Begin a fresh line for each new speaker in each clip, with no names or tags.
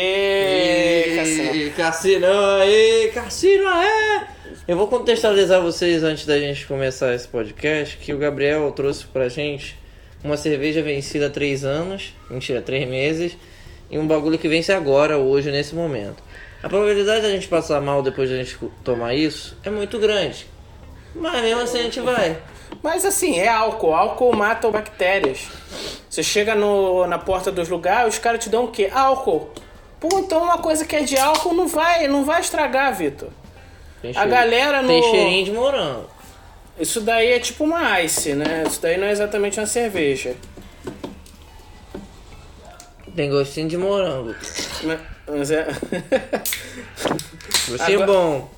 Aê, Cassino.
Ih, Cassino, aê, Cassino, aê! Eu vou contextualizar vocês antes da gente começar esse podcast, que o Gabriel trouxe pra gente uma cerveja vencida há três anos, mentira, três meses, e um bagulho que vence agora, hoje, nesse momento. A probabilidade da gente passar mal depois da gente tomar isso é muito grande. Mas mesmo assim a gente vai.
Mas assim, é álcool. Álcool mata bactérias. Você chega no- na porta dos lugares, os caras te dão o quê? Álcool. Pô, então uma coisa que é de álcool não vai, não vai estragar, Vitor.
Tem
A galera no-
Tem cheirinho de morango.
Isso daí é tipo uma ice, né? Isso daí não é exatamente uma cerveja.
Tem gostinho de morango.
Né? Mas é... Agora-
Gostinho é bom.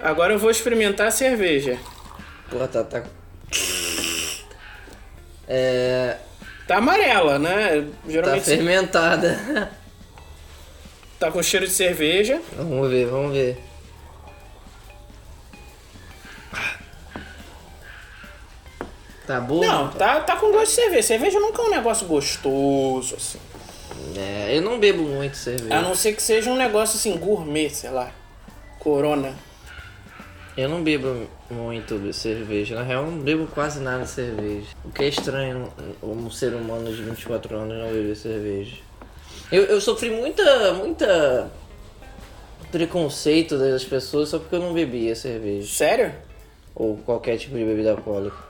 Agora eu vou experimentar a cerveja.
Porra, tá, tá. É.
Tá amarela, né?
Tá
Geralmente
fermentada.
tá com cheiro de cerveja.
vamos ver, vamos ver. Tá boa?
Não, tá, tá com gosto de cerveja. Cerveja nunca é um negócio gostoso, assim.
É, eu não bebo muito cerveja.
A não ser que seja um negócio assim, gourmet, sei lá. Corona.
Eu não bebo muito cerveja. Na real, eu não bebo quase nada de cerveja. O que é estranho um ser humano de 24 anos não beber cerveja. Eu, eu sofri muita, muita preconceito das pessoas só porque eu não bebia cerveja.
Sério?
Ou qualquer tipo de bebida alcoólica.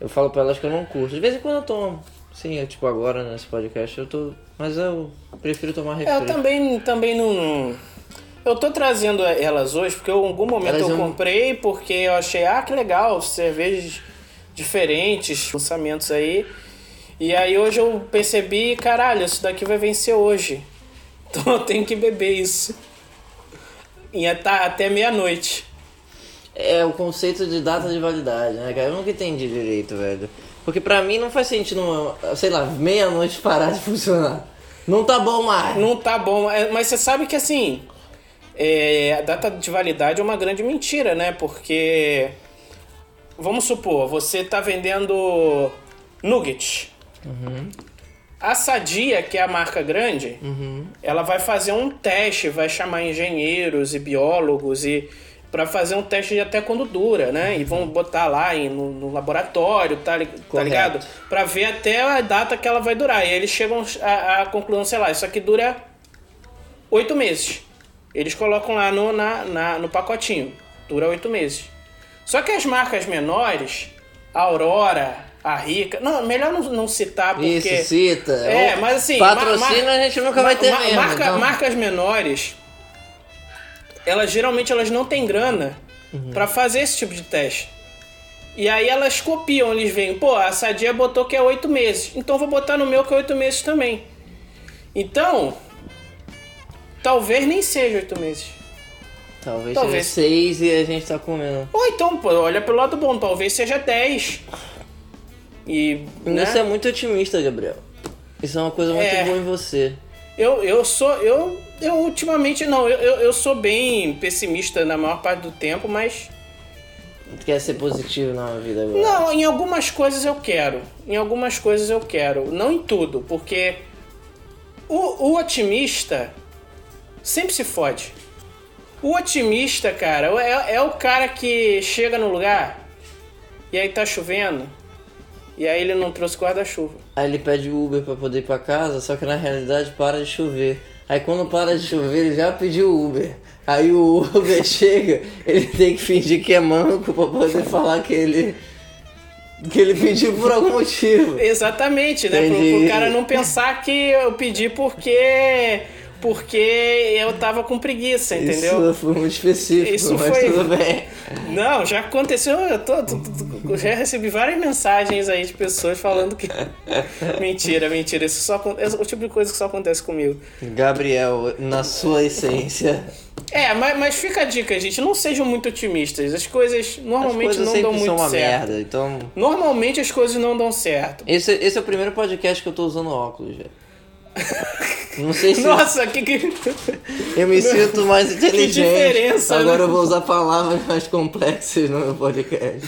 Eu falo pra elas que eu não curto. De vez em quando eu tomo. Sim, eu, tipo agora nesse podcast eu tô. Mas eu prefiro tomar refri.
É, Eu também, também não. Eu tô trazendo elas hoje porque eu, em algum momento
Elas
eu
não-
comprei, porque eu achei, ah, que legal, cervejas diferentes, lançamentos aí. E aí hoje eu percebi, caralho, isso daqui vai vencer hoje. Então eu tenho que beber isso. E é tá- até meia-noite.
É o conceito de data de validade, né, cara? Eu nunca entendi direito, velho. Porque pra mim não faz sentido, uma, sei lá, meia-noite parar de funcionar. Não tá bom mais.
Não tá bom, é, mas você sabe que assim, é, a data de validade é uma grande mentira, né? Porque, vamos supor, você tá vendendo nuggets. A Sadia, que é a marca grande, ela vai fazer um teste, vai chamar engenheiros e biólogos e para fazer um teste de até quando dura, né? E vão botar lá em- no, no laboratório, tá, li- tá
Correto.
ligado? Pra ver até a data que ela vai durar. E aí eles chegam à à conclusão, sei lá, isso aqui dura oito meses. Eles colocam lá no, na- na- no pacotinho. Dura oito meses. Só que as marcas menores, a Aurora, a Rica. Não, melhor não, não citar porque.
Isso, cita.
É,
Ou-
mas assim.
Patrocínio
mar-
a gente nunca
mar-
vai ter
mar-
mesmo.
marca-
então.
Marcas menores, elas geralmente elas não têm grana
Uhum.
pra fazer esse tipo de teste. E aí elas copiam, eles veem, pô, a Sadia botou que é oito meses, então vou botar no meu que é oito meses também. Então, talvez nem seja oito meses.
Talvez,
Talvez.
seja seis e a gente tá comendo.
Ou então, pô, olha pelo lado bom, talvez seja 10. E. né?
Isso é muito otimista, Gabriel. Isso é uma coisa muito
É.
boa em você.
Eu, eu sou. Eu, eu ultimamente não, eu, eu, eu sou bem pessimista na maior parte do tempo, mas.
Tu quer ser positivo na vida agora.
Não, em algumas coisas eu quero. Em algumas coisas eu quero. Não em tudo, porque o, o otimista sempre se fode. O otimista, cara, é, é o cara que chega no lugar e aí tá chovendo. E aí ele não trouxe guarda-chuva.
Aí ele pede o Uber pra poder ir pra casa, só que na realidade para de chover. Aí quando para de chover, ele já pediu o Uber. Aí o Uber chega, ele tem que fingir que é manco pra poder falar que ele. que ele pediu por algum motivo.
Exatamente, né? Pro,
Entendi.
pro cara não pensar que eu pedi porque. Porque eu tava com preguiça, entendeu?
Isso foi muito específico,
Isso
mas
foi-
tudo bem.
Não, já aconteceu, eu tô, tô- tô- tô- já recebi várias mensagens aí de pessoas falando que. mentira, mentira. Isso só acon- esse é o tipo de coisa que só acontece comigo.
Gabriel, na sua essência,
É, mas, mas fica a dica, gente. Não sejam muito otimistas. As coisas
as
normalmente não
coisas
dão
sempre são
muito
uma
certo.
merda, então.
Normalmente as coisas não dão certo.
Esse, esse é o primeiro podcast que eu tô usando óculos, velho. Não sei se
Nossa, que. que...
Eu me sinto mais inteligente.
diferença,
Agora
né?
eu vou usar palavras mais complexas no meu podcast.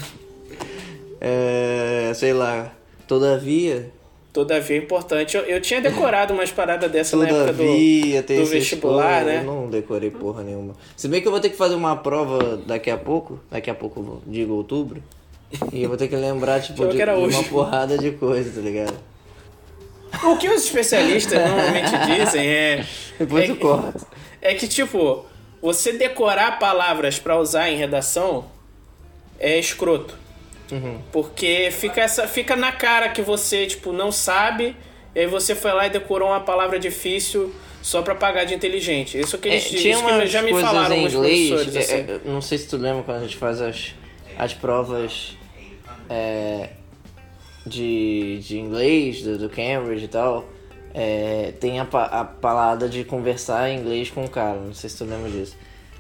É, sei lá. Todavia,
Todavia é importante. Eu, eu tinha decorado umas paradas dessa na época do.
Todavia, tem
do
esse
vestibular,
escolha,
né?
Eu não decorei porra nenhuma. Se bem que eu vou ter que fazer uma prova daqui a pouco, daqui a pouco, eu digo outubro, e eu vou ter que lembrar, tipo,
Achava
de,
que era
de uma
hoje.
porrada de coisa, tá ligado?
O que os especialistas normalmente dizem é.
Depois
é,
eu corto.
É que, tipo, você decorar palavras pra usar em redação é escroto.
Uhum.
Porque fica, essa, fica na cara que você, tipo, não sabe, e aí você foi lá e decorou uma palavra difícil só pra pagar de inteligente. Isso que
É,
eles
tinha
isso que
umas
já me
coisas
falaram
em
alguns
inglês,
professores, assim.
é, é, não sei se tu lembra quando a gente faz as, as provas é, de, de inglês, do, do Cambridge e tal, é, tem a, pa- a parada de conversar em inglês com o cara, não sei se tu lembra disso.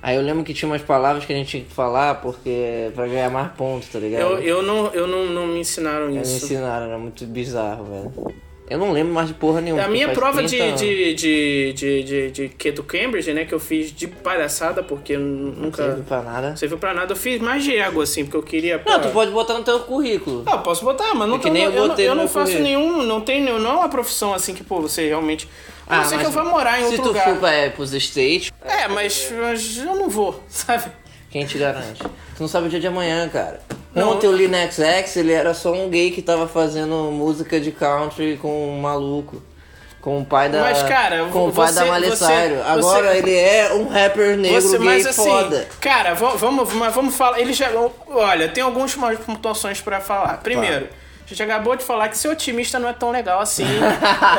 Aí eu lembro que tinha umas palavras que a gente tinha que falar porque pra ganhar mais pontos, tá ligado?
Eu, eu, não, eu não, não me ensinaram
Me
isso.
ensinaram, era muito bizarro, velho. Eu não lembro mais de porra nenhuma.
É A
porque
minha
faz
prova
30
de,
anos.
de, de, de, de, de, que do Cambridge, né, que eu fiz de palhaçada, porque eu
Não
nunca
serve pra nada.
Não serviu pra nada, eu fiz mais de ego, assim, porque eu queria.
tá. Não, tu pode botar no teu currículo.
Ah, eu posso botar, mas não
É que
tô-
nem eu
eu, não-
botei
eu
no
não
meu
faço
currículo.
nenhum. Não tem nenhum- não é uma profissão assim que, pô, você realmente. A não ser é que eu
mas
vá morar em
Ah, se
outro
tu
lugar.
for pra, é, pros States,
É, mas, mas eu não vou, sabe?
quem te garante? Tu não sabe o dia de amanhã, cara.
Não.
Ontem eu li na XX, ele era só um gay que tava fazendo música de country com um maluco. Com o pai da.
Mas, cara,
com o pai
você-
da Miley
você-
Cyrus. Agora
você-
ele é um rapper negro
Você,
gay
mas assim,
foda.
cara, va- vamos, mas vamos falar. Ele já. Olha, tem algumas mais pontuações pra
Tá.
falar. Primeiro. A gente acabou de falar que ser otimista não é tão legal assim.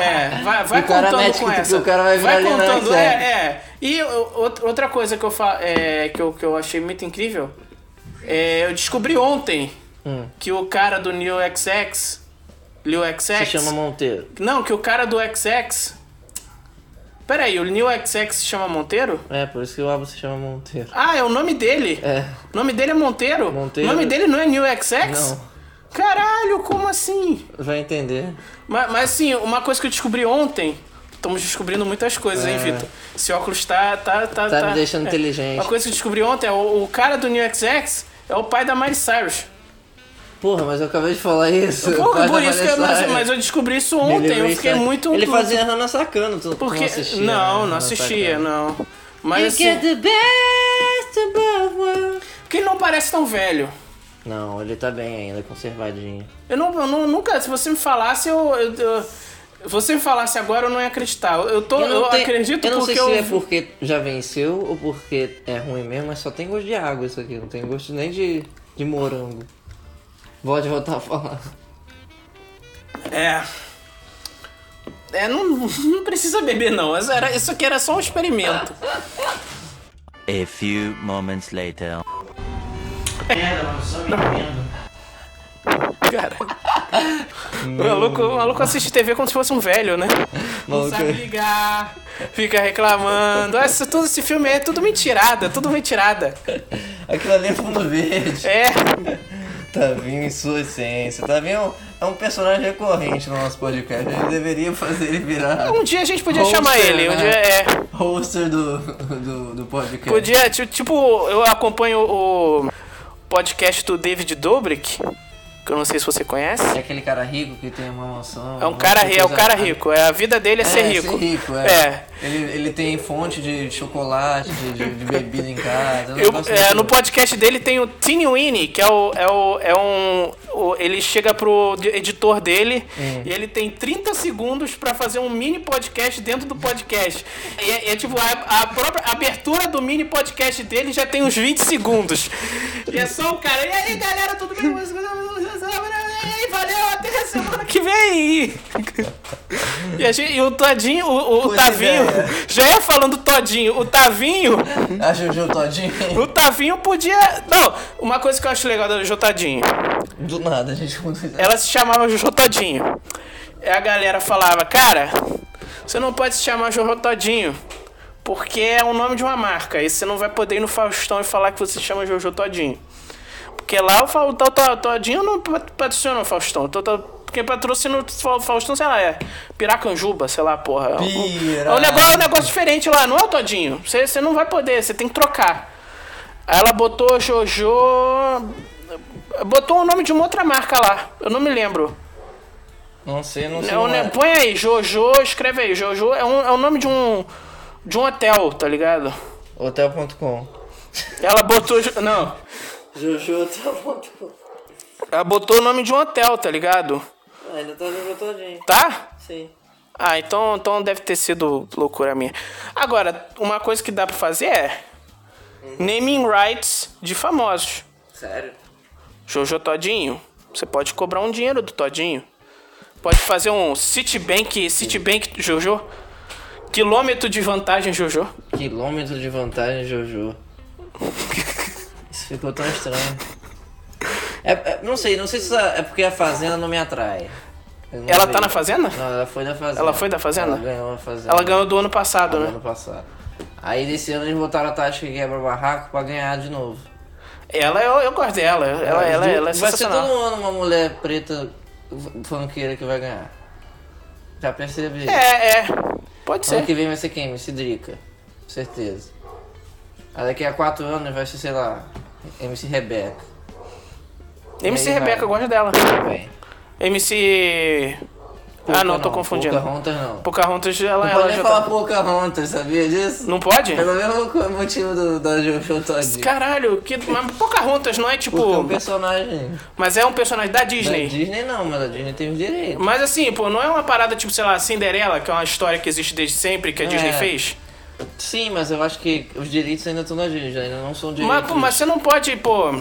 É, vai, vai
O cara
contando
mete
com
que tu-
essa.
o cara vai virar ali na
contando, é,
Excel.
é. E o- out- outra coisa que eu, fa é, que eu, que eu achei muito incrível, é, eu descobri ontem
Hum.
que o cara do New XX, Lil XX,
Se chama Monteiro.
não, que o cara do XX, peraí, o New XX se chama Monteiro?
É, por isso que o álbum se chama Monteiro.
Ah, é o nome dele.
É.
O nome dele é Monteiro?
Monteiro.
O nome dele não é New XX?
Não.
Caralho, como assim?
Vai entender.
Mas, mas assim, uma coisa que eu descobri ontem. Estamos descobrindo muitas coisas, hein, Vitor? Esse óculos tá. Tá, tá,
É. Tá me
tá-
deixando
é.
inteligente.
Uma coisa que eu descobri ontem é o, o cara do New XX é o pai da Miley Cyrus.
Porra, mas eu acabei de falar isso. o
Porra,
pai
por
da
isso que eu,
Miley
mas,
Cyrus.
mas eu descobri isso ontem. Eu fiquei muito. um
Ele
puto.
fazia Hannah sacana, tu
Porque.
não assistia.
não,
né,
não
Hannah
assistia,
Sacana.
não. Mas assim,
the best of both worlds.
que ele não parece tão velho.
Não, ele tá bem ainda, conservadinho.
Eu, não, eu não- nunca, se você me falasse, eu. eu- eu- se você me falasse agora, eu não ia acreditar. Eu, eu tô, eu,
não tenho-
acredito
eu não
porque
sei
eu.
se é porque já venceu ou porque é ruim mesmo, mas só tem gosto de água isso aqui, não tem gosto nem de, de morango. Pode voltar a falar.
É. É, não, não precisa beber, não. Mas Era, isso aqui era só um experimento.
A few moments later.
Cara. O maluco, o maluco assiste TV como se fosse um velho, né?
Maluco.
ligar. Fica reclamando. Ah, Isso, tudo, esse filme é tudo mentirada, tudo mentirada.
Aquilo ali é fundo verde.
É.
Tavinho em sua essência. Tavinho é um, é um personagem recorrente no nosso podcast. A gente deveria fazer ele virar
Um dia a gente podia
Hoster,
chamar ele. Um
né?
dia, é.
hoster do, do, do podcast.
Podia, ti- tipo, eu acompanho o podcast do David Dobrik, que eu não sei se você conhece.
É aquele cara rico que tem uma mansão.
É um cara, ri- é o cara rico, é a vida dele é,
É,
ser rico.
Ser rico, é.
É.
Ele, ele tem fonte de chocolate, de, de- de bebida em casa. um
Eu-
negócio
é,
muito
no podcast dele tem o Tiny Winnie, que é o. É, o, é um. o- ele chega pro de- editor dele
Hum.
e ele tem 30 segundos pra fazer um mini podcast dentro do podcast. E é, é tipo, a, a própria abertura do mini podcast dele já tem uns 20 segundos. E é só o cara. E aí, galera, tudo bem? E Valeu, até a semana que vem! E, a gente- e o Todinho, o, o, o
Puta
Tavinho,
ideia.
já ia falando Todinho, o Tavinho
A Juju Todinho.
o Tavinho podia. Não, uma coisa que eu acho legal da Jotadinho.
Do nada, a gente
Ela se chamava Jotadinho. E a galera falava, cara, você não pode se chamar Jotadinho. Porque é o nome de uma marca. E você não vai poder ir no Faustão e falar que você se chama Jojo Todinho. Porque lá o, Fa- o, tal- tal- Todinho não pat- patrocina o Faustão. O tal- tal- Quem patrocina o Fa- Faustão, sei lá, é Piracanjuba, sei lá, porra. É um-
Pira-
É um negócio, é um negócio diferente lá, não é o Todinho. Você, você não vai poder, você tem que trocar. Aí ela botou Jojo. Botou o nome de uma outra marca lá. Eu não me lembro.
Não sei, não sei.
É um
não é.
ne- Põe aí, Jojo, escreve aí. Jojo é, um, é o nome de um, de um hotel, tá ligado?
Hotel.com.
Ela botou. Não.
Jojo hotel.com.
Ela botou o nome de um hotel, tá ligado?
Ainda tá Jojo todinho.
Tá?
Sim.
Ah, então, então deve ter sido loucura minha. Agora, uma coisa que dá pra fazer é. Naming rights de famosos.
Sério?
Jojo Todinho, você pode cobrar um dinheiro do Todinho. Pode fazer um Citibank, Citibank Jojo. Quilômetro de vantagem, Jojo.
Quilômetro de vantagem, Jojo. Isso ficou tão estranho. É, é- não sei, não sei se essa- é porque a Fazenda não me atrai. Eu não
Ela
vejo.
tá na fazenda?
Não, ela foi da Fazenda.
Ela foi da Fazenda?
Ela ganhou a Fazenda.
Ela ganhou do ano passado,
no
né?
ano passado. Aí desse ano eles botaram a taxa que quebra barraco pra ganhar de novo.
Ela, eu, eu gosto dela. Ela,
Mas
ela,
du-
ela é
Vai ser
sensacional.
todo ano uma mulher preta f- funkeira que vai ganhar. Já percebi.
É, é. Pode ser.
Ano um- que vem vai ser quem? MC Drica. Com certeza. Aí daqui a quatro anos vai ser, sei lá, MC Rebeca.
MC
Aí vai.
Rebeca, eu gosto dela.
Bem.
MC. Ah, não, tô confundindo.
Pocahontas não.
Pocahontas, ela,
não
ela
pode nem
já
falar
tá...
Pocahontas, sabia disso?
Não pode?
Pelo mesmo co- motivo do, da Jojo Todinho.
é Caralho, que... mas Pocahontas não é tipo...
Porque é um personagem
Mas é um personagem da
da
Disney.
Disney não, mas a Disney tem os direitos.
Mas assim, pô, não é uma parada tipo, sei lá, Cinderela, que é uma história que existe desde sempre, que a
É.
Disney fez?
Sim, mas eu acho que os direitos ainda estão na Disney, ainda não são direitos.
Mas, pô, mas você não pode, pô.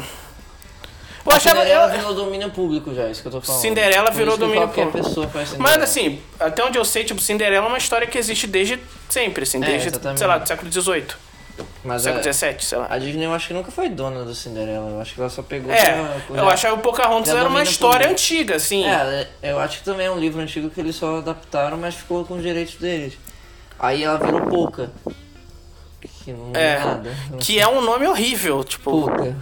Eu
A
achava.
Cinderela né?
eu-
virou domínio público já, isso que eu tô falando.
Cinderela
Por
virou
isso que
domínio
qualquer
público.
pessoa faz Cinderela.
Mas assim, até onde eu sei, tipo, Cinderela é uma história que existe desde sempre, assim,
É,
desde,
exatamente.
sei lá, do século XVIII,
Mas é,
século
a,
XVII, sei lá.
a Disney eu acho que nunca foi dona do Cinderela, eu acho que ela só pegou... pra-
É,
pra-
eu achava que o Pocahontas
Já
era uma
domina
história
tudo.
antiga, assim.
É, eu acho que também é um livro antigo que eles só adaptaram, mas ficou com os direitos deles. Aí ela virou pouca. Que não é,
É.
nada.
Que é um nome horrível, tipo.
Pouca.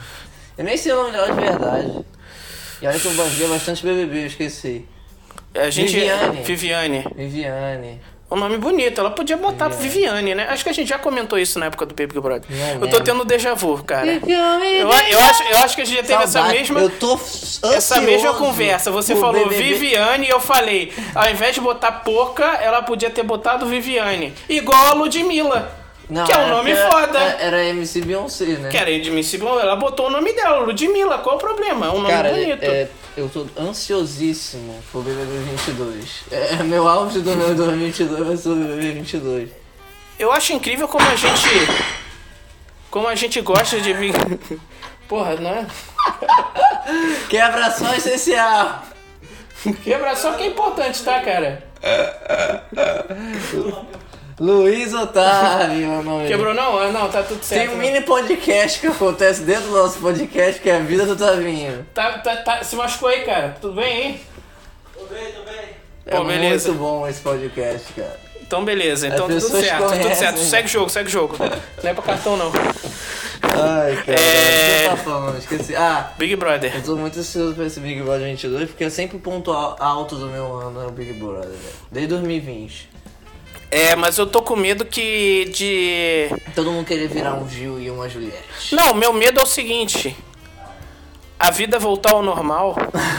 Eu nem sei o nome dela de verdade. E olha que eu via bastante BBB, eu esqueci.
A gente.
Viviane.
Viviane.
Viviane.
Um nome bonito, ela podia botar Viviane, né? Acho que a gente já comentou isso na época do Baby Brother.
Não
eu tô
lembro.
tendo déjà vu, cara. Eu,
Viviane.
É. eu acho, eu acho que a gente já teve essa mesma,
Eu tô ansioso
essa mesma conversa. Você
pro
falou
BBB.
Viviane e eu falei, ao invés de botar Poca, ela podia ter botado Viviane. Igual a Ludmilla,
Não,
que é um
era-
nome
era-
foda.
Era MC Beyoncé, né?
Que era admissível, ela botou o nome dela, Ludmilla. Qual o problema? É um nome
Cara,
bonito.
é- eu tô ansiosíssimo pro BBB 22. É, meu auge do meu 2022 vai ser o BBB 22.
Eu acho incrível como a gente. Como a gente gosta de vir. Porra, não é?
Quebra só essencial!
Quebrar só que é importante, tá, cara?
Luiz Otávio, meu nome.
Quebrou não? Ah, Não, tá tudo certo.
Tem um mini podcast que acontece dentro do nosso podcast, que é a vida do Tavinho.
Tá, tá, tá, se machucou aí, cara. Tudo bem aí?
É
Pô, beleza.
muito bom esse podcast, cara.
Então, beleza. Então, tudo
pessoas
certo. Tudo
conhecem,
certo.
né?
Segue o jogo, segue o jogo. Não é pra cartão, não.
Ai, cara,
É.
o que eu tava falando? Esqueci. Ah,
Big Brother.
Eu tô muito ansioso pra esse Big Brother 22, porque é sempre o ponto al- alto do meu ano é o Big Brother, velho. Desde 2020.
É, mas eu tô com medo que de...
Todo mundo queria virar um Gil e uma Juliette.
Não, meu medo é o seguinte. A vida voltar ao normal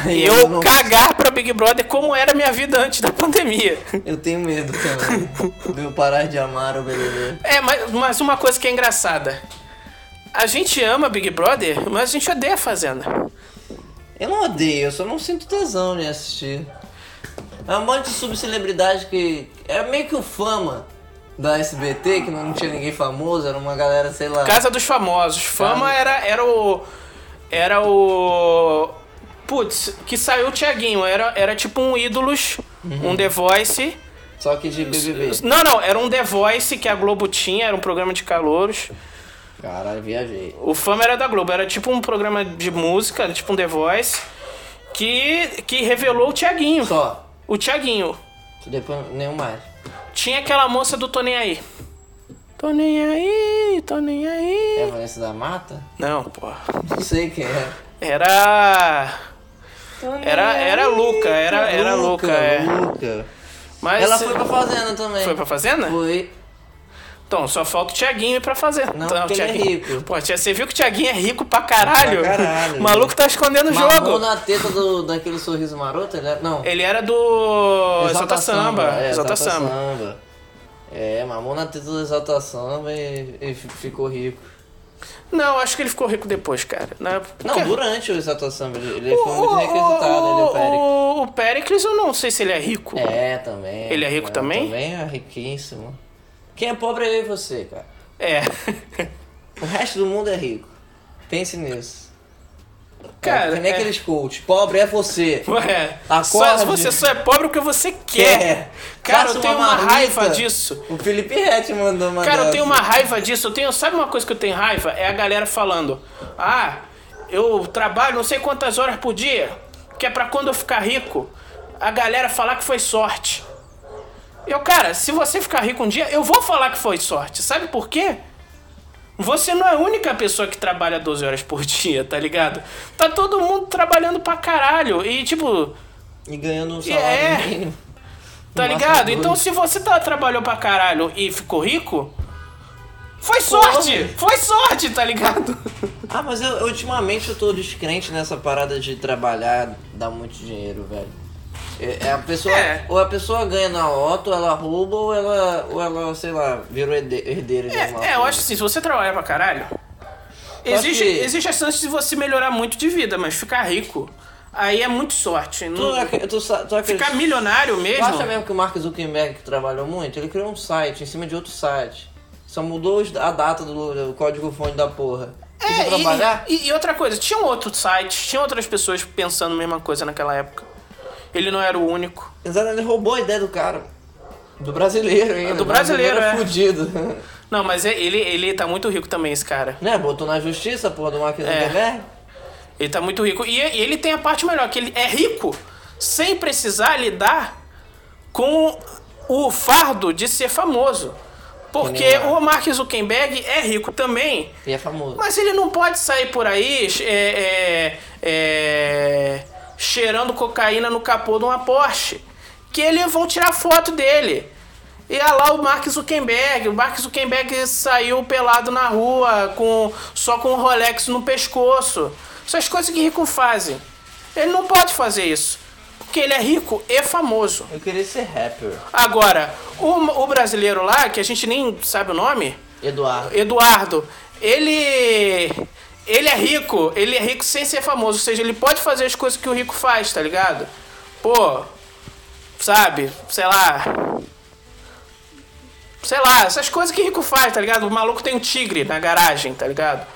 e
Eu
eu
não-
cagar pra Big Brother como era a minha vida antes da pandemia.
Eu tenho medo também de eu parar de amar o BBB.
É, mas, mas uma coisa que é engraçada. A gente ama Big Brother, mas a gente odeia a Fazenda.
Eu não odeio, eu só não sinto tesão em assistir. É um monte de subcelebridade que... É meio que o fama da SBT, que não tinha ninguém famoso, era uma galera, sei lá...
Casa dos Famosos. Fama era, era o. Era o. Putz, que saiu o Thiaguinho. Era, era tipo um ídolos, um The Voice.
Só que de BBB.
Não, não, era um The Voice que a Globo tinha, era um programa de calouros.
Caralho, viajei.
O Fama era da Globo, era tipo um programa de música, era tipo um The Voice, que, que revelou o Thiaguinho.
Só.
O Thiaguinho.
Depois, nenhum mais.
Tinha aquela moça do Tô Nem Aí. Tô nem aí, tô nem aí.
É a Vanessa da Mata?
Não, porra.
Não sei quem é.
Era. Era, era Luca, era, era Luca, é.
Luca.
Mas
Ela
cê-
foi pra fazenda também.
foi pra fazenda?
Foi.
Então, só falta o Thiaguinho pra fazer.
Não,
então,
porque ele é
Thiaguinho-
rico.
Pô, Thiago, você viu que o Thiaguinho é rico pra caralho?
Pra caralho.
o maluco tá escondendo o
Mamou
jogo.
na teta do, daquele sorriso maroto, ele era- Não.
Ele era do É, Exalta Samba.
É,
Exalta Samba.
É, mamou na teta do Exalta Samba e, e fi- ficou rico.
Não, acho que ele ficou rico depois, cara. Não,
Não, durante o Exalta Samba, ele ele foi muito requisitado, ele é o Péricles.
o, o Pericles, eu não sei se ele é rico.
É, também.
Ele é rico
Não,
também?
Também é riquíssimo. Quem é pobre é eu e você, cara.
É.
O resto do mundo é rico. Pense nisso.
Cara,
é, que nem
é.
aqueles coaches. Pobre é você.
Ué,
Acorde.
só, você só é pobre porque você quer.
Quer.
Cara,
Faça
eu tenho uma,
marmita.
raiva disso.
O Felipe Rett mandou uma
Cara, eu
dessa.
tenho uma raiva disso. Eu tenho, sabe uma coisa que eu tenho raiva? É a galera falando: "Ah, eu trabalho não sei quantas horas por dia, que é pra quando eu ficar rico". A galera falar que foi sorte. Eu, cara, se você ficar rico um dia, eu vou falar que foi sorte. Sabe por quê? Você não é a única pessoa que trabalha 12 horas por dia, tá ligado? Tá todo mundo trabalhando pra caralho. E tipo,
E ganhando um salário
É.
mínimo.
Tá
No máximo
ligado?
dois.
Então se você tá, trabalhou pra caralho e ficou rico, foi sorte!
Porra.
Foi sorte, tá ligado?
Ah, mas eu, eu, ultimamente eu tô descrente nessa parada de trabalhar, dar muito dinheiro, velho. É, é a pessoa,
É.
Ou a pessoa ganha na loto, ela rouba, ou ela, ou ela sei lá, virou herde- herdeira de alguma
É, é, eu
coisa.
acho assim, se você trabalha pra caralho, existe,
que-
existe a chance de você melhorar muito de vida, mas ficar rico, aí é muito sorte.
Tu,
Não,
ac- tu, sa- tu acredita-
ficar milionário
Tu
mesmo.
acha é mesmo que o Mark Zuckerberg que trabalhou muito? Ele criou um site em cima de outro site. Só mudou os- a data do, do código fonte da porra. E se
É, e-
trabalhar?
e, e outra coisa, tinha um outro site, tinha outras pessoas pensando a mesma coisa naquela época. Ele não era o único.
Exato, ele roubou a ideia do cara. Do brasileiro, hein?
do brasileiro, é.
fudido.
Não, mas é- ele, ele tá muito rico também, esse cara.
né? Botou na justiça, porra, do
É.
Mark Zuckerberg.
Ele tá muito rico. E, e ele tem a parte melhor, que ele é rico sem precisar lidar com o fardo de ser famoso. Porque
Entendeu?
o Mark Zuckerberg é rico também,
E é famoso.
mas ele não pode sair por aí é, é, é, cheirando cocaína no capô de uma Porsche. Que eles vão tirar foto dele. E olha lá o Mark Zuckerberg. O Mark Zuckerberg saiu pelado na rua, com só com o Rolex no pescoço. Essas coisas que rico fazem. Ele não pode fazer isso. Porque ele é rico e famoso.
Eu queria ser rapper.
Agora, o- o brasileiro lá, que a gente nem sabe o nome,
Eduardo.
Eduardo, ele. Ele é rico, ele é rico sem ser famoso, ou seja, ele pode fazer as coisas que o rico faz, tá ligado? Pô, sabe, sei lá. Sei lá, essas coisas que rico faz, tá ligado? O maluco tem um tigre na garagem, tá ligado?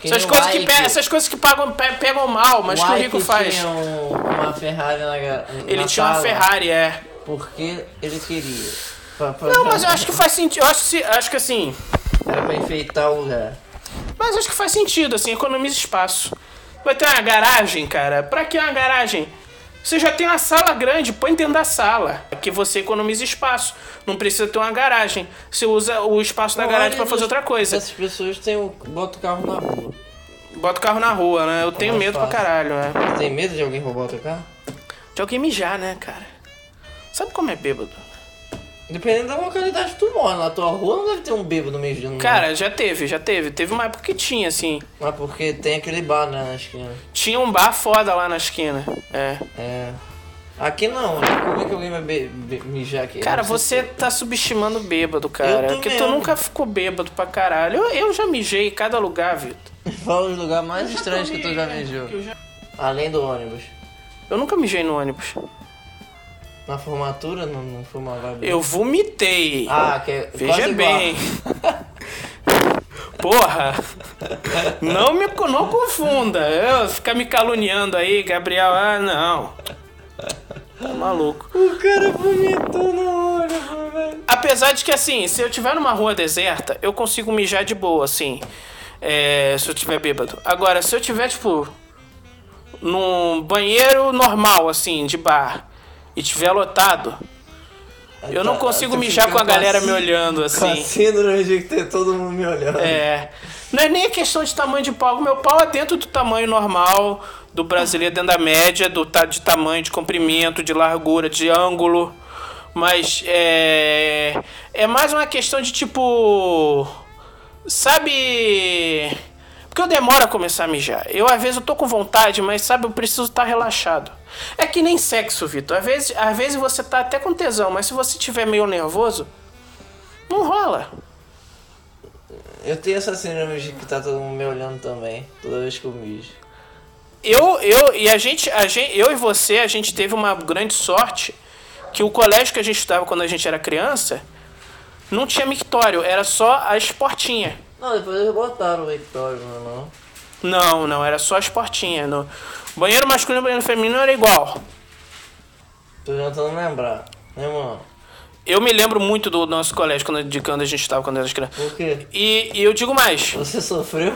Que
Essas
nem é o
coisas que,
Ike.
pe- essas coisas que pagam, pe- pegam mal, mas que o
Ike
rico faz.
tinha um- uma Ferrari na, ga- na
Ele tinha uma
sala
Ferrari, é.
Porque ele queria. Pra- pra-
Não, mas eu acho que faz sentido. Eu acho, que se- acho que assim.
Era pra enfeitar o lugar.
Mas acho que faz sentido, assim, economiza espaço. Vai ter uma garagem, cara. Pra que uma garagem? Você já tem uma sala grande, põe dentro da sala. É Que você economiza espaço. Não precisa ter uma garagem. Você usa o espaço da
é
garagem pra fazer outra coisa.
Essas pessoas têm o... botam o carro na rua.
Bota o carro na rua, né? Eu tenho
mais
medo pra
fácil.
caralho, né?
Tem medo de alguém roubar o teu carro?
De alguém mijar, né, cara? Sabe como é bêbado?
Dependendo da localidade que tu mora, na tua rua não deve ter um bêbado mijando.
Cara, já teve, já teve. Teve uma época que tinha, assim.
não. Mas porque tem aquele bar né, na esquina.
Tinha um bar foda lá na esquina. É.
É. Aqui não, né? Como é que alguém vai be- be- mijar aqui?
Cara,
Não sei
você tá subestimando o bêbado, cara.
Eu tô
Porque tu
mesmo.
nunca ficou bêbado pra caralho. Eu, eu já mijei em cada lugar, Vitor.
se- Fala os lugares mais estranhos que tu já mijou.
Eu, já-
Além do ônibus.
Eu nunca mijei no ônibus.
Na formatura não, não foi uma vibe.
Eu vomitei.
Ah, que é
Veja
quase
bem.
Igual.
Porra! Não me co- não confunda. Eu ficar me caluniando aí, Gabriel. Ah, não. Tá maluco.
O cara vomitou no ônibus, velho.
Apesar de que, assim, se eu tiver numa rua deserta, eu consigo mijar de boa, assim. É, se eu tiver bêbado. Agora, se eu tiver, tipo, num banheiro normal, assim, de bar, e tiver lotado, eu não
Tá,
consigo
tu
mijar
fica
com a galera
assim-
me olhando,
Com a
assim.
síndrome de ter todo mundo me olhando.
É. Não é nem a questão de tamanho de pau. Meu pau é dentro do tamanho normal do brasileiro, dentro da média, do ta- de tamanho, de comprimento, de largura, de ângulo. Mas é. É mais uma questão de tipo. Sabe. Porque eu demoro a começar a mijar. Eu, às vezes, eu tô com vontade, mas sabe, eu preciso estar relaxado. É que nem sexo, Vitor. Às vezes, às vezes você tá até com tesão, mas se você tiver meio nervoso, não rola.
Eu tenho essa síndrome de que tá todo mundo me olhando também, toda vez que eu mijo.
Eu, eu e a gente, a gente, eu e você, a gente teve uma grande sorte que o colégio que a gente estudava quando a gente era criança não tinha mictório, era só as portinhas.
Não, depois eles botaram o Victório, não é não?
Não, não, era só as portinhas. No banheiro masculino e banheiro feminino era igual.
Tô tentando lembrar, tá né, mano?
Eu me lembro muito do nosso colégio quando, de quando a gente estava quando era criança.
Por quê?
E, e eu digo mais.
Você sofreu?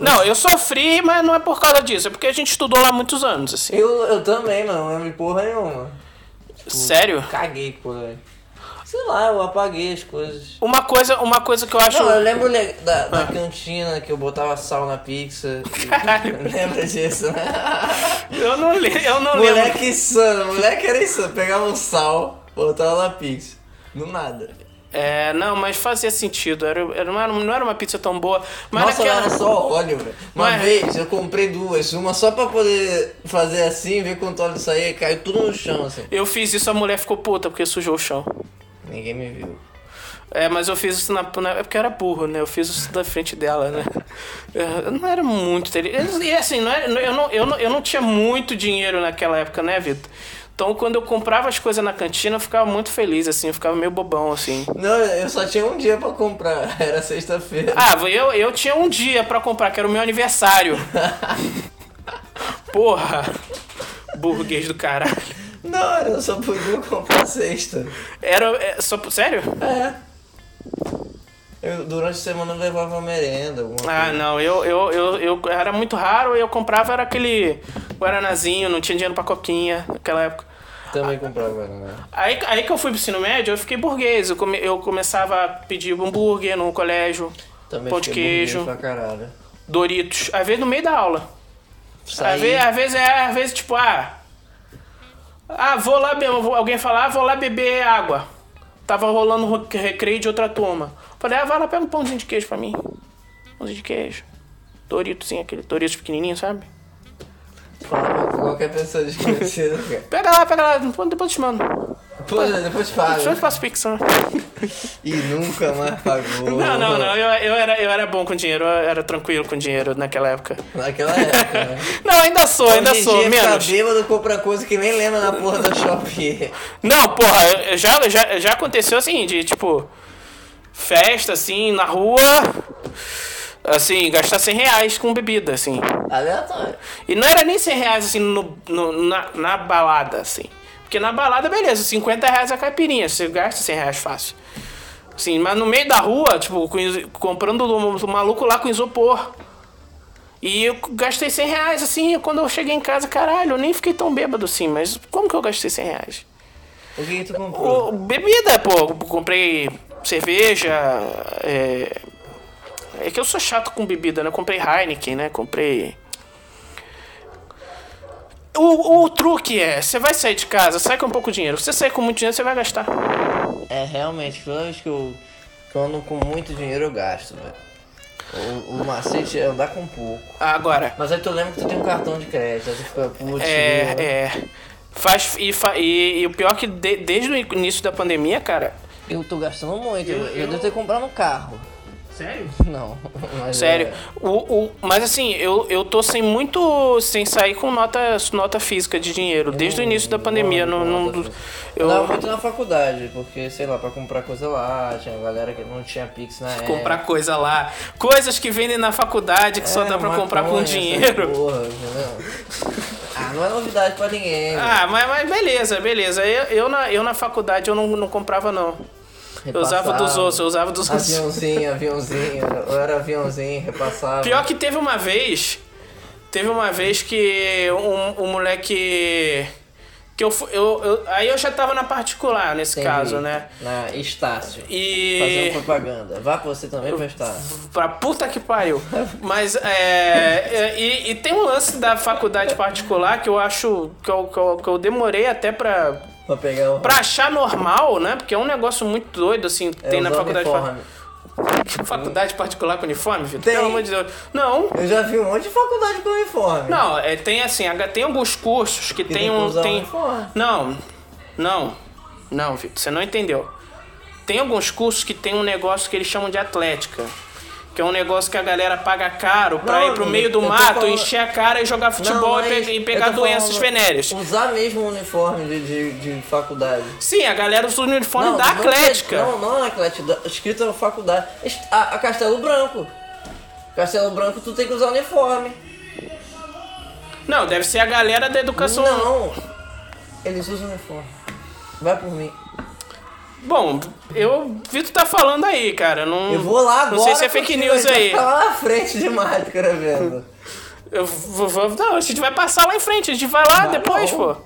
Não, eu sofri, mas não é por causa disso, é porque a gente estudou lá muitos anos, assim.
Eu, eu também, mano, não lembro porra nenhuma.
Sério?
Caguei, porra. Sei lá, eu apaguei as coisas.
Uma coisa, uma coisa que eu acho.
Não, eu lembro le- da,
Ah.
da cantina que eu botava sal na pizza.
Caralho.
Lembra disso, né?
Eu não, le- eu não lembro.
Moleque insano, moleque era insano. Pegava um sal, botava na pizza. Do nada.
É, não, mas fazia sentido. Era, era- não, era, não era uma pizza tão boa. Mas
Nossa,
naquela-
era só óleo, velho. Uma
Mas-
vez eu comprei duas, uma só pra poder fazer assim, ver quanto óleo saía, caiu tudo no chão, assim.
Eu fiz isso, a mulher ficou puta porque sujou o chão.
Ninguém me viu.
É, mas eu fiz isso na. na é porque eu era burro, né? Eu fiz isso da frente dela, né? É, Eu não era muito inteligente. E assim, não era- eu, não, eu, não, eu não tinha muito dinheiro naquela época, né, Vitor? Então, quando eu comprava as coisas na cantina, eu ficava muito feliz, assim. Eu ficava meio bobão, assim.
Não, eu só tinha um dia pra comprar, era sexta-feira.
Ah, eu, eu tinha um dia pra comprar, que era o meu aniversário. Porra! Burguês do caralho.
Não, eu só podia comprar sexta.
Era. é, só, sério?
É. Eu, durante a semana eu levava merenda, alguma coisa.
Ah, não, eu, eu, eu, eu era muito raro eu comprava era aquele Guaranazinho, não tinha dinheiro pra coquinha naquela época.
Também comprava, né?
Aí, aí que eu fui pro ensino médio, eu fiquei burguês. Eu, come- eu começava a pedir hambúrguer no colégio,
Também
pão de
fiquei burguês
queijo,
Pra caralho.
Doritos. Às vezes no meio da aula. Às
Saí,
vezes, às vezes é, às vezes tipo, ah. Ah, vou lá be- vou- Alguém falar, ah, vou lá beber água. Tava rolando ro- recreio de outra turma. Falei, ah, vai lá, pega um pãozinho de queijo pra mim. Pãozinho de queijo. Doritos, sim, aquele Doritos pequenininho, sabe?
falava com qualquer pessoa desconhecida, cara.
Pega lá, pega lá, depois depois eu te mando.
Pô, depois
Deixa eu
paga.
faço pix, né?
E nunca mais pagou.
Não, não, não, eu, eu, era, eu era bom com dinheiro, eu era tranquilo com dinheiro naquela época.
Naquela época, né?
Não, ainda sou, ainda
Hoje em
sou,
dia, é fica
menos.
bêbado, compra coisa que nem lembra na porra do shopping.
Não, porra, eu- já, já, já aconteceu assim, de tipo, festa assim, na rua, assim, gastar 100 reais com bebida, assim.
Aleatório.
E não era nem 100 reais assim no, no- na, na balada, assim. Porque na balada, beleza, 50 reais é a caipirinha, você gasta 100 reais fácil. Assim, mas no meio da rua, tipo, com is- comprando do, do maluco lá com isopor. E eu gastei 100 reais, assim, quando eu cheguei em casa, caralho, eu nem fiquei tão bêbado assim, mas como que eu gastei 100 reais?
O que, que tu comprou?
Pô, bebida, pô. Comprei cerveja. É... é que eu sou chato com bebida, né? Comprei Heineken, né? Comprei. O, o truque é: você vai sair de casa, sai com pouco dinheiro. Se você sair com muito dinheiro, você vai gastar.
É, realmente, toda vez que eu, que eu ando com muito dinheiro, eu gasto, velho. O, o macete é andar com pouco.
Agora,
Mas aí tu lembra que tu tem um cartão de crédito, aí tu fica, putz, meu.
é. é faz, e, fa- e, e o pior é que de- desde o início da pandemia, cara.
eu tô gastando muito, eu, eu devo ter comprado um carro.
Sério?
Não, mas
Sério.
é-
O, o, mas assim, eu, eu tô sem muito. sem sair com nota, nota física de dinheiro, desde o início da pandemia. Não, não,
Não, Hum, nota física.
eu
Não, muito na faculdade, porque, sei lá, pra comprar coisa lá, tinha galera que não tinha Pix na época.
comprar coisa lá. Coisas que vendem na faculdade que só
É,
dá pra comprar com
maconha, essa
dinheiro.
Porra, entendeu? ah, não é novidade pra ninguém. né?
Ah, mas, mas beleza, beleza. Eu, eu, na, eu na faculdade eu não, não comprava, não. Eu usava
Repassava.
dos outros, eu usava dos outros.
Aviãozinho, aviãozinho, eu era aviãozinho, repassava.
Pior que teve uma vez. Teve uma vez que um, um moleque. Que eu, fu- eu, eu- Aí eu já tava na particular nesse
Entendi. um
caso, né?
Na Estácio.
E.
Fazendo propaganda. Vá pra você também pra Estácio.
Pra puta que pariu. Mas é. é, e, e tem um lance da faculdade particular que eu acho que eu, que eu, que eu demorei até pra
Pra pegar o.
Pra achar normal, né? Porque é um negócio muito doido, assim, que
é,
tem na
os
faculdade.
uniforme.
Faculdade particular com uniforme, Vitor?
Tem.
Pelo amor de Deus. Não.
Eu já vi um monte de faculdade com uniforme.
Não, é, tem assim, a- tem alguns cursos que tem
tem que
um.
usar
tem-
uniforme.
Não, não, não, Vitor, você não entendeu. Tem alguns cursos que tem um negócio que eles chamam de atlética. Que é um negócio que a galera paga caro pra
Não,
ir pro
amigo,
meio do
eu tô
mato,
falando-
encher a cara e jogar futebol
Não,
e
mas
pe- e
eu
pegar
tô
doenças
falando,
venéreas.
Usar mesmo o uniforme de, de, de faculdade.
Sim, a galera usa o uniforme da atlética.
Não, não na Atlética, da- escrito na faculdade. Est- A, a Castelo Branco. Castelo Branco tu tem que usar uniforme.
Não, deve ser a galera da educação.
Não. Eles usam uniforme. Vai por mim.
Bom, eu. Vitor tá falando aí, cara. Não,
Eu vou lá agora.
Não sei se é fake
contigo, a
news
gente vai
aí.
ficar lá na frente de máscara vendo.
Eu vou, vou- não, a gente vai passar lá em frente, a gente vai lá
Vai
depois,
não.
pô.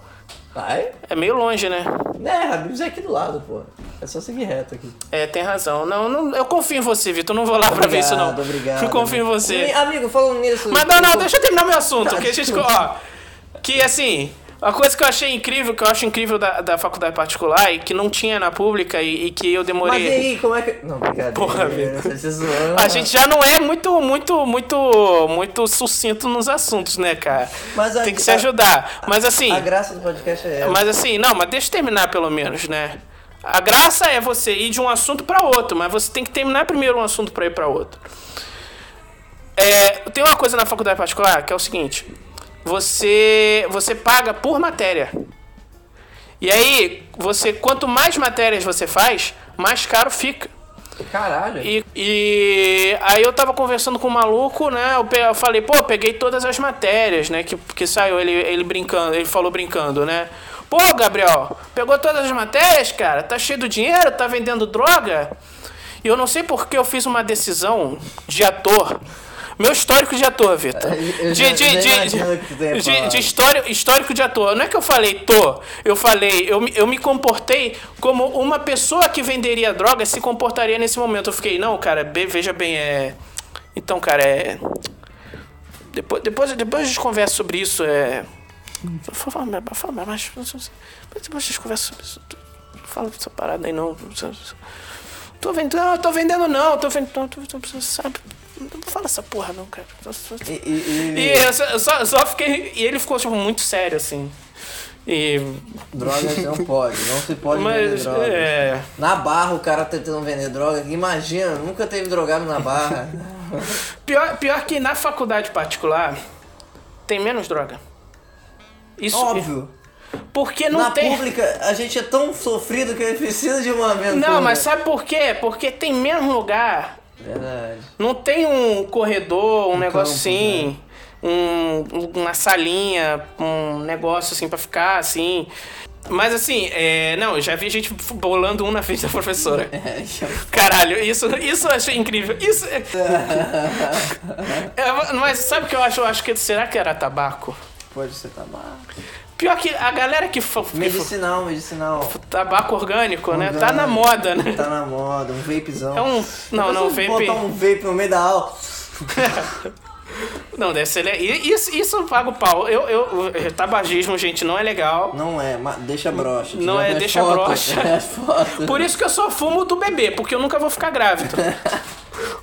Vai?
É meio longe, né?
Né, Habibs é aqui do lado, pô. É só seguir reto aqui.
É, tem razão. Não, não- eu confio em você, Vitor. Não vou lá pra ver isso, não.
Obrigado, obrigado.
Eu confio em você.
Mi- Amigo, falando nisso. tipo,
Mas não, não, deixa eu terminar meu assunto.
Tá,
que a gente. Ó,
desculpa.
que assim. A coisa que eu achei incrível, que eu acho incrível da, da faculdade particular e que não tinha na pública e, e que eu
Mas
demorei.
e aí, como é que. Não, brincadeira.
Porra,
velho.
Vitor.
Você se zoando.
A gente já não é muito, muito, muito, muito sucinto nos assuntos, né, cara?
Mas a-
Tem que se
a-
ajudar. Mas assim.
A graça do podcast é essa.
Mas assim, não, mas deixa eu terminar pelo menos, né? A graça é você ir de um assunto pra outro, mas você tem que terminar primeiro um assunto pra ir pra outro. É, tem uma coisa na faculdade particular que é o seguinte: você você paga por matéria. E aí, você quanto mais matérias você faz, mais caro fica.
Caralho.
E, e aí eu tava conversando com o maluco, né? Eu, pe- eu falei, pô, peguei todas as matérias, né? Que, que saiu ele, ele brincando, ele falou brincando, né? Pô, Gabriel, pegou todas as matérias, cara? Tá cheio do dinheiro? Tá vendendo droga? E eu não sei por que eu fiz uma decisão de ator. Meu histórico de ator, Vitor.
Eu
De,
já-
de, de,
já imagino o que tu tenha
de-
falado.
de histórico, histórico de ator. Não é que eu falei tô, eu falei, eu, me- eu me comportei como uma pessoa que venderia droga se comportaria nesse momento. Eu fiquei, não, cara, be- veja bem, é. Então, cara, é. Depois, depois, depois a gente conversa sobre isso, é. Fala mais, fala mais, mas depois a gente conversa sobre isso. Não fala dessa parada aí, não. Tô vendendo, não, tô vendendo não, tô vendendo, não, tô, tô, sabe? Não fala essa porra não, cara.
E, e- e-
E eu só, eu só, eu só fiquei. E ele ficou, tipo, muito sério, assim. E.
Drogas não pode, não se pode vender
Mas.
drogas.
É.
Na barra o cara tá tentando vender droga, imagina, nunca teve drogado na barra.
Pior, pior que na faculdade particular tem menos droga. Isso.
Óbvio.
Porque não
na
tem.
pública a gente é tão sofrido que precisa de uma aventura.
Não, mas sabe por quê? Porque tem menos lugar.
Verdade.
Não tem um corredor, um, negócio
campo, né?
assim. um- uma salinha, um negócio assim pra ficar assim. Mas assim, é, não, eu já vi gente bolando um na frente da professora.
É, isso
Caralho, isso, isso eu achei incrível. Isso. é- É, mas sabe o que eu acho? Eu acho que será que era tabaco?
pode ser tabaco.
Pior que a galera que. fa- que fa-
Medicinal, medicinal.
tabaco orgânico, né? Tá na moda, né?
Tá na moda, um vapezão.
É um. Não, não,
Depois eu
vape.
Botar um vape no meio da aula.
Não, deve ser. le- i- Isso, isso eu pago pau. Eu, eu, eu- tabagismo, gente, não é legal.
Não é, mas deixa broxa.
Não
Já
é,
tem
deixa
foto,
broxa.
é foto.
Por isso que eu só fumo o do bebê, porque eu nunca vou ficar grávido.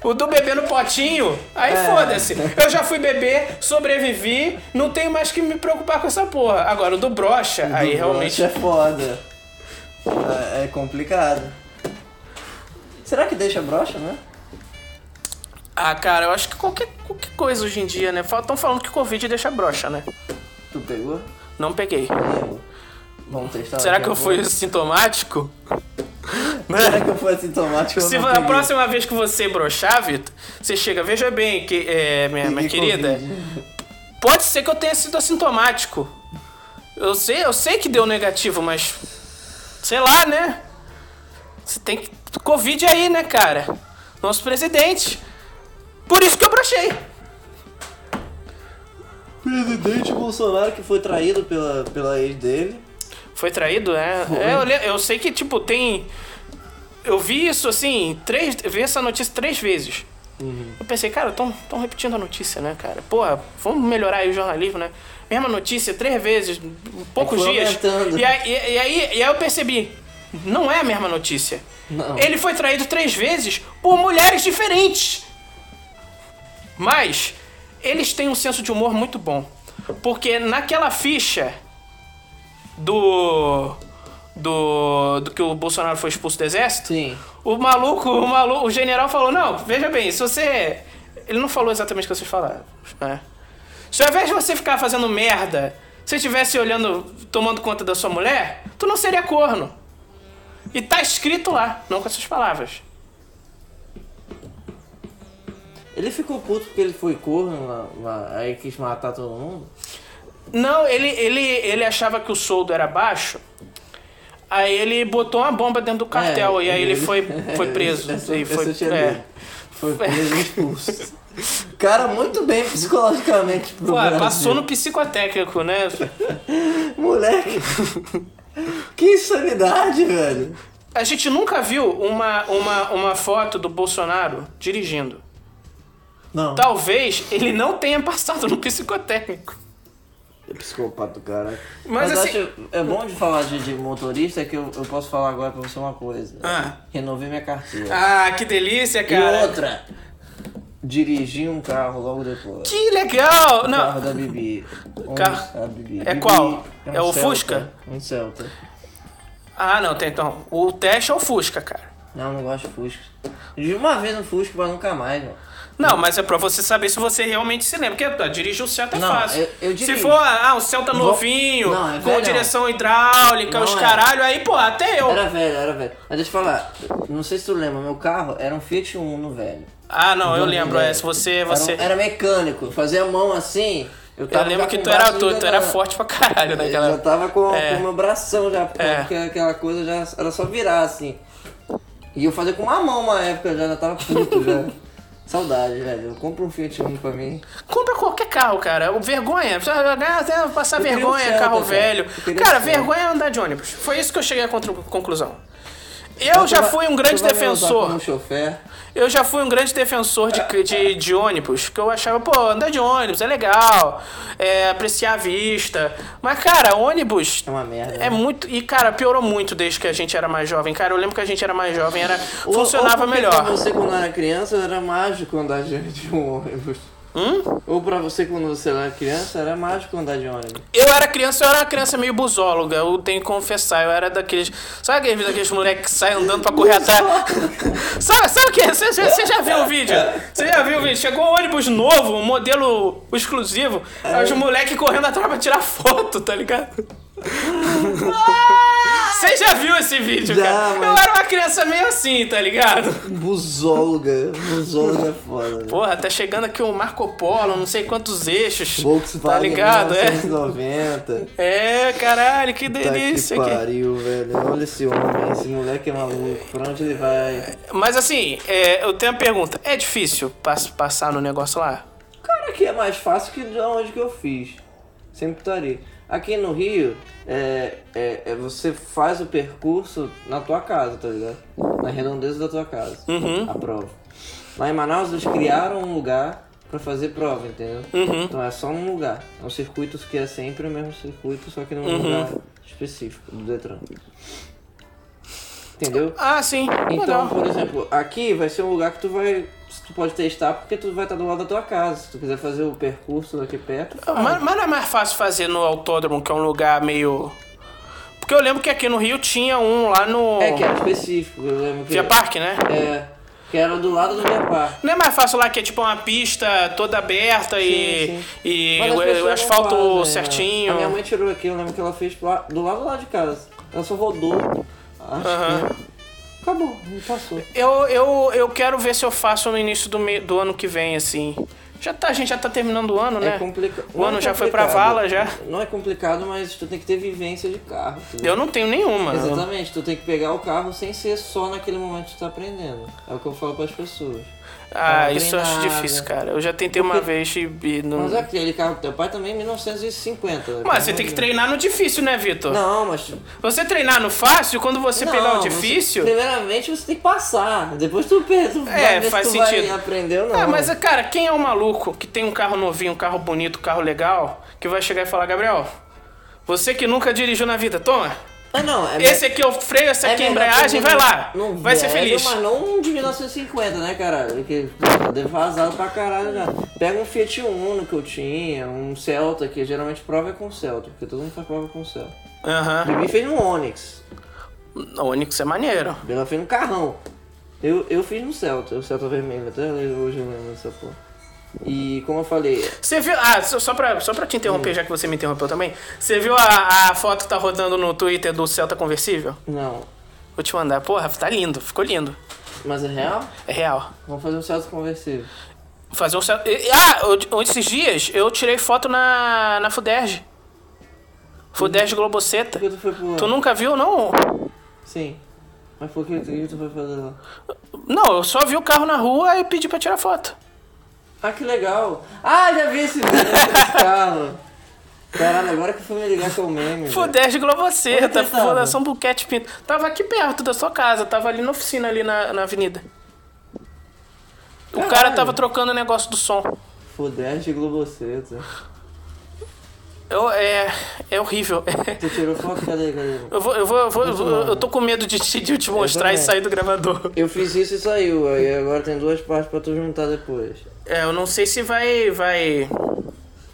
O do bebê no potinho, aí
É.
foda-se. Eu já fui bebê, sobrevivi, não tenho mais que me preocupar com essa porra. Agora, o do brocha, aí
Do
realmente.
broche é foda. É- É complicado. Será que deixa brocha, né?
Ah, cara, eu acho que qualquer, qualquer coisa hoje em dia, né? Estão falando que Covid deixa brocha, né?
Tu pegou?
Não peguei.
Eu. Vamos testar.
Será
daqui
que
a
eu
pouco.
fui sintomático?
Será que eu fui assintomático?
Se
eu não
a
peguei?
próxima vez que você brochar, Vitor, você chega, veja bem, que, é, minha, minha
Peguei
querida,
Covid.
pode ser que eu tenha sido assintomático. Eu sei, eu sei que deu negativo, mas. Sei lá, né? Você tem que. Covid aí, né, cara? Nosso presidente. Por isso que eu brochei.
Presidente Bolsonaro que foi traído pela, pela ex dele.
Foi traído, é? É, eu, le- eu sei que, tipo, tem. Eu vi isso assim, três. Eu vi essa notícia três vezes.
Uhum.
Eu pensei, cara, tão, tão repetindo a notícia, né, cara? Porra, vamos melhorar aí o jornalismo, né? Mesma notícia, três vezes, em poucos
foi
dias.
aumentando.
E aí, e- e aí- e aí eu percebi, não é a mesma notícia.
Não.
Ele foi traído três vezes por mulheres diferentes. Mas eles têm um senso de humor muito bom. Porque naquela ficha do. do. do que o Bolsonaro foi expulso do exército,
Sim.
o maluco, o maluco, o general falou, não, veja bem, se você. Ele não falou exatamente o que vocês falaram, né? Se ao invés de você ficar fazendo merda, se estivesse olhando, tomando conta da sua mulher, tu não seria corno. E tá escrito lá, não com essas palavras.
Ele ficou puto porque ele foi corno lá, lá, aí quis matar todo mundo.
Não, ele, ele, ele achava que o soldo era baixo. Aí ele botou uma bomba dentro do cartel
É,
e aí ele foi, foi preso.
Essa-
e
essa
foi,
eu tinha
é.
medo. Foi preso e expulso. Cara, muito bem psicologicamente pro
Pô,
Brasil.
passou no psicotécnico, né?
Moleque. que insanidade, velho.
A gente nunca viu uma, uma, uma foto do Bolsonaro dirigindo.
Não.
Talvez ele não tenha passado no psicotécnico.
É psicopata do cara.
Mas
Mas,
assim-
acho, é bom de falar de, de motorista que eu, eu posso falar agora pra você uma coisa.
Ah.
Renovei minha carteira.
Ah, que delícia, cara.
E outra. Dirigi um carro logo depois.
Que legal!
O carro
Não,
da Bibi. Um,
Carro-
a Bibi.
é
Bibi
qual?
um
É o
Celta,
Fusca?
Um Celta.
ah, não, tem então. O teste é o Fusca, cara.
Não, não gosto de Fusca. De uma vez no Fusca, mas nunca mais, mano.
Não, mas é pra você saber se você realmente se lembra. Porque ó, dirigir o Celta é
Não,
fácil.
eu- eu
se
dirijo.
for, ah, o Celta novinho,
Não, é
com
velhão.
direção hidráulica,
Não
os
é.
caralho, aí, pô, até eu.
Era velho, era velho. Mas deixa eu falar, não sei se tu lembra, meu carro era um Fiat Uno, velho.
Ah, não, eu
Uno,
lembro.
velho.
É, se você.
Era um-
você...
Era, mecânico, eu fazia a mão assim. Eu, tava
Eu lembro
já
que
com
tu
o
era,
braço
tu,
já
tu era
na-
forte pra caralho né,
Eu
naquela.
já tava com,
É.
com o meu bração já, porque
É.
porque aquela coisa já era só virar assim. E eu fazia com uma mão uma época, eu já, já tava puto já. Saudade, velho. Eu compro um Fiat Uno pra mim.
Compra qualquer carro, cara. O Vergonha. Precisa ganhar até passar
Eu queria
vergonha,
um Celta,
carro
cara.
velho.
Eu queria
Cara,
um Celta.
vergonha é andar de ônibus. Foi isso que eu cheguei à contru- conclusão. Eu
Mas Então, tu
já
vai-
fui um
tu
grande
vai me usar
defensor.
Como chofer.
Eu já fui um grande defensor de, de, de ônibus, que eu achava, pô, andar de ônibus é legal, é, apreciar a vista. Mas, cara, ônibus.
É uma merda.
É muito. E, cara, piorou muito desde que a gente era mais jovem. Cara, eu lembro que a gente era mais jovem, era,
Ou-
funcionava
ou porque
melhor.
Pra você quando era criança era mágico andar de, de um ônibus.
Hum?
Ou pra você quando você era criança era mágico andar de ônibus.
Eu era criança, eu era uma criança meio busóloga, eu tenho que confessar, eu era daqueles. Sabe aqueles, daqueles moleques que saem andando pra correr atrás? sabe, sabe o que? Você já, você já viu o vídeo?
É.
Você já viu o vídeo? Chegou um ônibus novo, um modelo exclusivo,
É.
aí os moleques correndo atrás pra tirar foto, tá ligado? Você já viu esse vídeo,
Ah! Já,
cara?
mas-
Eu era uma criança meio assim, tá ligado?
Busóloga. Busóloga é foda. né?
Porra, tá chegando aqui o Marco Polo, não sei quantos eixos. tá
Volkswagen
ligado? É.
1990. Tá
É, caralho, que delícia.
que
que-
pariu, velho. Olha esse homem, esse moleque é maluco. Pra onde ele vai?
Mas assim, é, eu tenho uma pergunta. É difícil pass- passar no negócio lá?
Cara, aqui é mais fácil que de onde que eu fiz. Sempre estaria. Aqui no Rio, é, é, é você faz o percurso na tua casa, tá ligado? Na redondeza da tua casa. A prova. Lá em Manaus, eles criaram um lugar pra fazer prova, entendeu? Então é só um lugar. É um circuito que é sempre o mesmo circuito, só que num lugar específico do Detran. Entendeu?
Ah, sim.
Então,
Legal.
por exemplo, aqui vai ser um lugar que tu vai. Tu pode testar porque tu vai estar do lado da tua casa. Se tu quiser fazer o percurso daqui perto. faz.
Mas, mas não é mais fácil fazer no autódromo, que é um lugar meio. Porque eu lembro que aqui no Rio tinha um lá no.
É que era específico, eu lembro que.
Via Parque, né?
É. Que era do lado do Via Parque.
Não é mais fácil lá que é tipo uma pista toda aberta e,
Sim, sim.
e
Mas as
o, o
pessoas não
asfalto
fazem, né?
certinho.
A minha mãe tirou aqui, eu lembro que ela fez lá- do lado lá de casa. Ela só rodou. Acho
Aham.
que. Acabou, não passou.
Eu, eu, eu quero ver se eu faço no início do, me- do ano que vem, assim. Já tá, a gente já tá terminando o ano, né?
É complica-
O
não é
ano já foi pra
complicado.
vala, já.
Não é complicado, mas tu tem que ter vivência de carro. tu-
Eu não tenho nenhuma.
Exatamente, tu tem que pegar o carro sem ser só naquele momento que tu tá aprendendo. É o que eu falo pras pessoas.
Ah,
Não
isso eu
tem
acho
nada.
difícil, cara. Eu já tentei uma vez e- e não.
Mas
Mas,
aquele carro do teu pai também é 1950. né?
você tem que
Pelo
treinar no difícil, né, Vitor?
amor de Deus. Não, mas. tu-
Você treinar no fácil, quando você
não,
pegar o
você-
difícil.
primeiramente você tem que passar. Depois tu pensa. tu vai
É,
ver se
faz
tu
sentido.
Vai aprender ou não.
Ah, mas, cara, quem é o maluco que tem um carro novinho, um carro bonito, um carro legal, que vai chegar e falar, Gabriel, você que nunca dirigiu na vida, toma.
Ah, não, é
Esse aqui é o freio, essa aqui é a
melhor
embreagem,
que
vai
um-
lá.
um
Vai ser
velho,
feliz.
Mas não um de 1950, né, caralho? Que devasado pra caralho já. Pega um Fiat Uno que eu tinha, um Celta, que geralmente prova é com Celta, porque todo mundo faz prova com Celta.
Aham.
Bibi fez no Onix,
O Onix é maneiro.
Bela fez no carrão. Eu, eu fiz no Celta, o Celta vermelho, até hoje eu lembro dessa porra. E como eu falei,
Você viu. Ah, só, só, pra, só pra te
Hum.
interromper, já que você me interrompeu também. Você viu a, a foto que tá rodando no Twitter do Celta Conversível?
não,
Vou te mandar. Porra, tá lindo, ficou lindo.
mas é real?
É real.
Vamos fazer um Celta conversível.
Fazer um. Celta- e- Ah, eu- esses dias eu tirei foto na, na Fuderj. Fuderj Globoceta.
Por que tu foi pro.
Tu nunca viu, não?
Sim. Mas por que, que tu foi fazer lá?
Não, eu só vi o carro na rua e pedi pra tirar foto.
Ah, que legal. Ah, já vi esse vídeo desse carro. Caralho, agora que eu fui me ligar com o meme. velho.
Fuderj Globoceta,
Onde você tava?
Fundação Buquete Pinto. Tava aqui perto da sua casa, tava ali na oficina, ali na, na avenida. O cara
Caralho.
tava trocando o negócio do som.
Fudeste Globoceta.
Eu, é, é horrível.
Tu tirou foto? Cadê, cadê?
Eu vou, eu vou, eu vou, eu, vou- eu tô com medo de te, de te mostrar e
também.
sair do gravador.
Eu fiz isso e saiu, aí agora tem duas partes pra tu juntar depois.
É, eu não sei se vai. vai.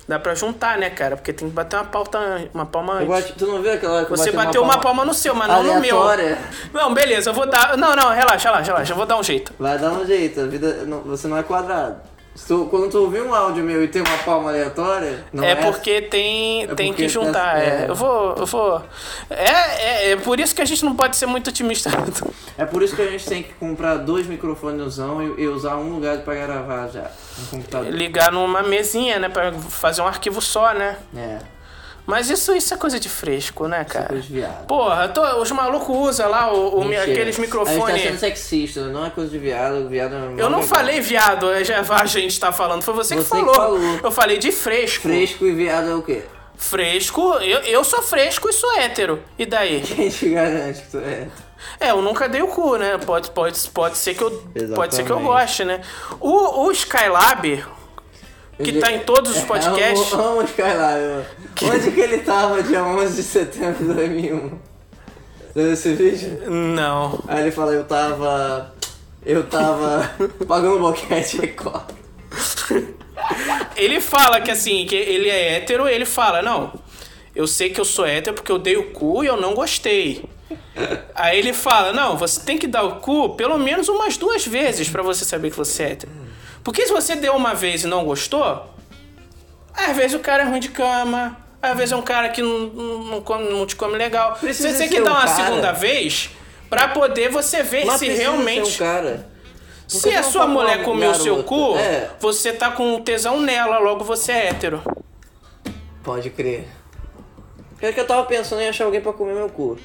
Dá pra juntar, né, cara? Porque tem que bater uma pauta, uma palma
Eu
antes.
bati- tu não viu aquela hora que eu
Você
bati uma
bateu uma
palma
palma no seu, mas Ah, não no meu.
aleatória?
Não, beleza, eu vou dar. Não, não, relaxa, relaxa, relaxa. Eu vou dar um jeito.
Vai dar um jeito, a vida. não- você não é quadrado. Se tu- quando tu ouvir um áudio meu e tem uma palma aleatória, não é.
é porque tem,
É
tem
porque
que juntar.
tá-
É.
é.
Eu vou. Eu vou. É, é, é por isso que a gente não pode ser muito otimista.
É por isso que a gente tem que comprar dois microfones e, e usar um lugar pra gravar já. Um computador.
Ligar numa mesinha, né? Pra fazer um arquivo só, né?
É,
Mas isso, isso é coisa de fresco, né, cara?
depois viado.
Porra, eu tô- os malucos usam lá o, o mi-
é Mentira.
aqueles
A gente tá sendo
microfones.
sexista, não é coisa de viado, viado é
Eu não
mó-
falei viado, é já a gente tá falando, foi você, que,
Você que
falou.
falou.
Eu falei de fresco.
Fresco e viado é o quê?
Fresco, eu, eu sou fresco e sou hétero. E daí?
Quem te garante que tu é?
É, eu nunca dei o cu, né? Pode, pode, pode, ser, que eu, pode ser que eu
Exatamente.
goste, né? O, o Skylab, que tá em todos
É,
os podcasts,
Eu amo o Skylab, mano. Onde que ele tava dia 11 de setembro de 2001? Lembra desse vídeo?
não.
Aí ele fala, eu tava... Eu tava pagando boquete Record.
Ele fala que assim, que ele é hétero, ele fala, não, eu sei que eu sou hétero porque eu dei o cu e eu não gostei. Aí ele fala, não, você tem que dar o cu pelo menos umas duas vezes pra você saber que você é hétero. Porque se você deu uma vez e não gostou, às vezes o cara é ruim de cama, às vezes é um cara que não, não, não come- não te come legal.
Precisa
você tem que
ser
dar
um
uma
cara.
segunda vez pra poder você ver
Mas
se
precisa
realmente...
ser um cara. Porque
Se a
não
sua
tá com
mulher
uma
comeu o seu
garota.
cu,
É,
você tá com tesão nela, logo você é hétero.
pode crer. É que eu tava pensando em achar alguém pra comer meu cu.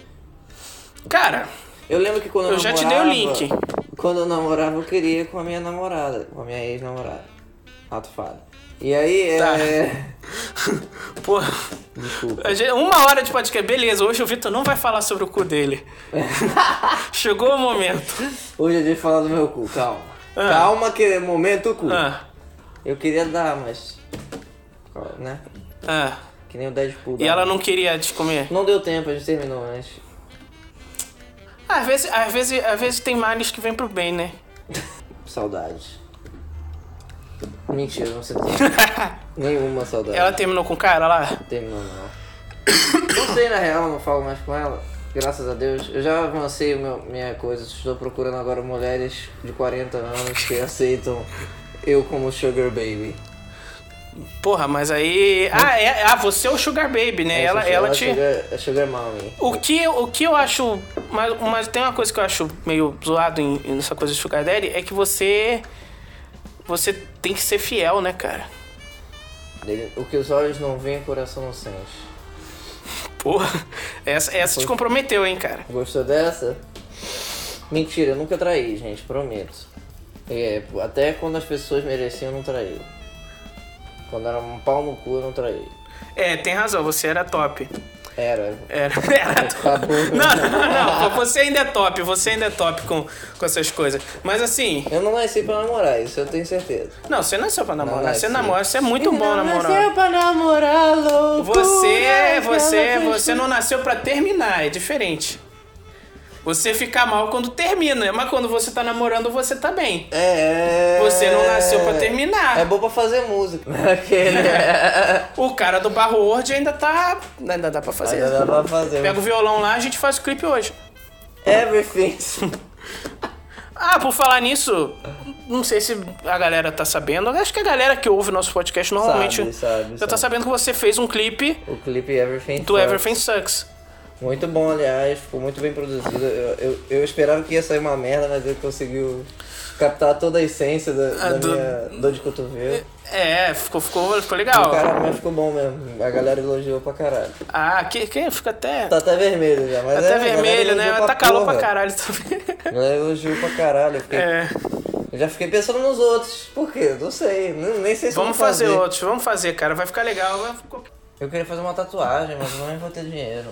Cara,
Eu lembro que quando eu,
Eu já te
namorava-
dei o link.
Quando eu namorava, eu queria com a minha namorada, com a minha ex-namorada. Ato falho. E aí,
Tá.
é.
pô,
Desculpa.
a gente- uma hora de podcast. Beleza, hoje o Vitor não vai falar sobre o cu dele. Chegou o momento.
Hoje é dia de falar do meu cu, calma.
Ah.
Calma, que é momento cu.
Ah,
Eu queria dar, mas. calma, Né?
ah.
Que nem o Deadpool.
E
dá.
ela não queria te comer.
Não deu tempo, a gente terminou antes.
Às vezes, às vezes, às vezes tem males que vêm pro bem, né?
Saudades. Mentira, não sei. Nenhuma saudade.
Ela terminou com o cara lá?
Terminou não. Não sei, na real, não falo mais com ela. Graças a Deus. Eu já avancei o meu- minha coisa. Estou procurando agora mulheres de 40 anos que aceitam eu como sugar baby.
Porra, mas aí. Ah, é- ah você é o Sugar Baby, né? ela,
Essa
ela
Hum. é
te.
Sugar, é sugar mommy.
O que, o que eu acho. Mas, mas tem uma coisa que eu acho meio zoado em- nessa coisa de Sugar Daddy é que você você tem que ser fiel, né, cara?
Ele- O que os olhos não veem, o coração não sente.
Porra, essa, essa te comprometeu, hein, cara?
Gostou dessa? Mentira, eu nunca traí, gente, prometo. É, pô, até quando as pessoas mereciam, eu não traí. Quando era um pau no cu, eu não traí.
É, tem razão, você era top.
Era.
Era, era top.
Acabou.
Não, não, não, você ainda é top, você ainda é top com, com essas coisas. Mas assim,
Eu não nasci pra namorar, isso eu tenho certeza.
não, você nasceu pra namorar,
Não,
você
nasci.
namora, você é muito bom namorando.
Nasceu pra namorar, louco.
Você, você, você não nasceu pra terminar, é diferente. Você fica mal quando termina, mas quando você tá namorando, você tá bem.
É.
Você não nasceu pra terminar.
É bom pra fazer música. Aquele. é.
O cara do Barro Word ainda tá. Ainda dá pra fazer.
Ainda dá pra fazer.
Pega o violão lá, a gente faz o clipe hoje.
Everything.
Ah, por falar nisso, não sei se a galera tá sabendo. Acho que a galera que ouve nosso podcast normalmente
Sabe, sabe,
já tá
sabe.
sabendo que você fez um clipe
O clipe Everything.
do
Sucks.
Everything Sucks.
Muito bom, aliás, ficou muito bem produzido. Eu, eu, eu esperava que ia sair uma merda, mas ele conseguiu captar toda a essência da,
Ah,
da
do-
minha dor de cotovelo.
É, ficou, ficou, ficou
O
legal.
cara, mas ficou bom mesmo. A galera elogiou pra caralho.
Ah, que, que fica até.
Tá até vermelho já, mas
até
é, a galera
vermelho, né?
elogiou
Mas Tá calor pra
porra.
caralho também.
A galera elogiou pra caralho. Eu, fiquei-
É,
eu já fiquei pensando nos outros. Por quê? Não sei. Nem, nem sei se
vamos
eu vou
fazer
fazer
outros, vamos fazer, cara. Vai ficar legal. vai ficar-
Eu queria fazer uma tatuagem, mas eu não vou ter dinheiro.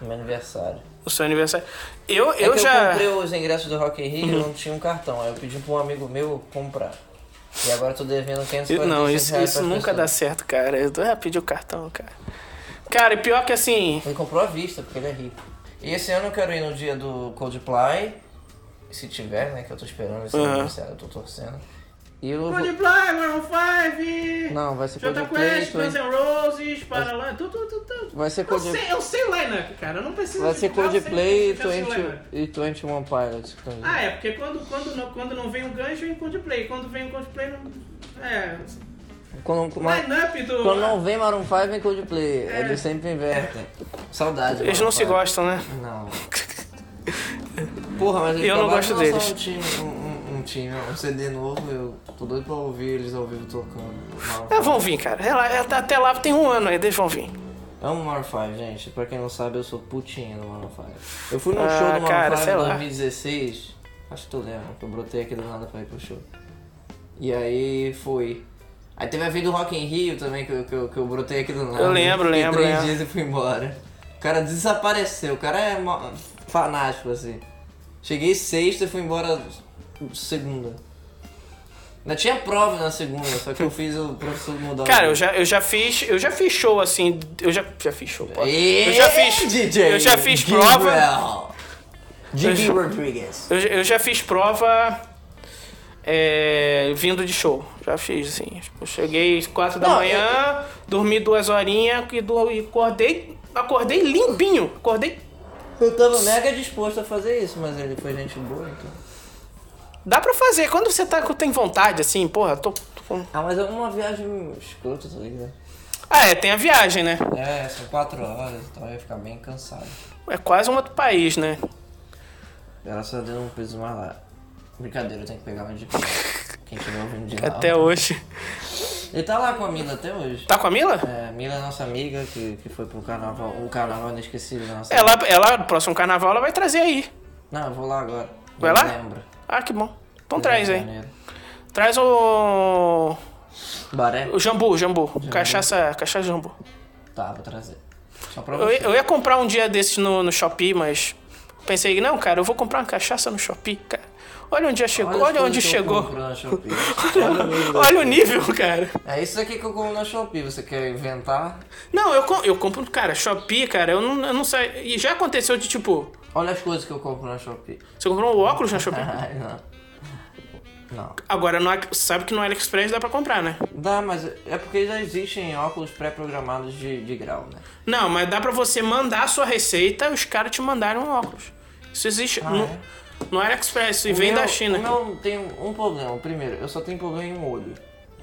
No meu aniversário.
O seu aniversário. Eu,
É
eu
que
já.
eu comprei os ingressos do Rock in Rio e não tinha um cartão. Aí eu pedi pra um amigo meu comprar. E agora eu tô devendo 545
Não, isso,
reais
isso
pras
nunca dá
pessoas.
certo, cara. Eu ah, pedi o cartão, cara. Cara, e pior que assim.
Ele comprou à vista, porque ele é rico. E esse ano eu quero ir no dia do Coldplay. Se tiver, né? Que eu tô esperando esse
Aham.
aniversário, eu tô torcendo. E eu... vou-
Maroon 5!
Não, vai ser
Jota
Coldplay.
Quest, Guns
Twen-
N' Roses, Paralã, tudo, tudo, tudo.
Vai ser
Eu
Coldplay.
sei, eu sei o lineup, cara, eu não preciso
Vai ser
explicar, eu sei-
Coldplay
eu já sei o lineup.
e 20 e 21 Pilots.
Ah, é, porque quando, quando, não, quando não vem o Guns, vem o Coldplay. Quando vem o Coldplay, não. É.
Quando,
O lineup do.
quando não vem Maroon 5, vem Coldplay.
É.
Eles sempre invertem. Saudade.
Eles
Maroon
não se
5.
gostam, né?
Não. Porra, mas eles
Eu não
acabaram
gosto
de lançar
deles.
Um time, um, um- um time, um CD novo, eu tô doido pra ouvir eles ao vivo tocando.
É,
Maroon
vão vir, cara. Ela- ela- Até lá tem um ano aí, eles vão vir.
five. Amo É um Maroon 5, gente. Pra quem não sabe, eu sou putinha do Maroon 5. Eu fui num
Ah,
show do
cara,
Maroon 5
sei
em
lá.
2016. Acho que tu lembra, que eu brotei aqui do nada pra ir pro show. E aí fui. Aí teve a vez do Rock in Rio também, que eu, que eu, que eu brotei aqui do nada.
lembro,
Fiquei
lembro,
três
lembro.
dias e fui embora. O cara desapareceu, o cara é ma- fanático, assim. Cheguei sexta e fui embora segunda. Ainda tinha prova na segunda, só que eu fiz o professor mudar.
Cara, eu já, eu já fiz. Eu já fiz show assim. Eu já, já fiz show. pô.
eu
já fiz- eu já fiz prova.
Jimmy Rodriguez.
Eu, eu já fiz prova é, vindo de show. Já fiz, assim. Eu cheguei às quatro da
Não, é
manhã, dormi duas horinhas e, dor- e acordei. Acordei limpinho. Acordei.
Eu tava mega disposto a fazer isso, mas ele foi gente boa, então.
Dá pra fazer. Quando você tá, tem vontade, assim, porra, tô. tô com-
Ah, mas é uma viagem escrota, tá ligado?
Ah, é, tem a viagem, né?
É, são quatro horas, então eu ia ficar bem cansado.
É quase um outro país, né?
Graças a Deus eu não preciso um mais lá. Brincadeira, eu tenho que pegar meu diploma. Quem tiver ouvindo de lá.
Até hoje.
Ele tá lá com a Mila até hoje.
Tá com a Mila?
É, a Mila é nossa amiga que, que foi pro carnaval, o carnaval inesquecível da nossa
Ela, ela, no próximo carnaval, ela vai trazer aí.
Não, eu vou lá agora.
Vai
Eu
lá?
Lembro.
Ah, que bom. Então traz aí.
Janeiro.
Traz o.
Baré?
O jambu, jambu. Cachaça, cachaça jambu.
Tá, vou trazer. Só pra
Eu,
você.
eu ia comprar um dia desses no, no Shopee, mas pensei, não, cara, eu vou comprar uma cachaça no Shopee, cara. Olha onde já chegou, olha,
as coisas
onde
que eu
chegou.
compro na Shopee. Olha o nível.
Olha o nível, cara.
É isso aqui que eu compro na Shopee. Você quer inventar?
Não, eu, com- eu compro, cara, Shopee, cara, eu não, eu não sei. E já aconteceu de tipo,
Olha as coisas que eu compro na Shopee.
você comprou um óculos na Shopee?
Ai, não. Não.
Agora, no, Ali- sabe que no AliExpress dá pra comprar, né?
Dá, mas é porque já existem óculos pré-programados de, de grau, né?
Não, mas dá pra você mandar a sua receita e os caras te mandarem um óculos. Isso existe no,
é?
no AliExpress e vem
Meu-
da China.
o meu tem um problema. Primeiro, eu só tenho problema em um olho.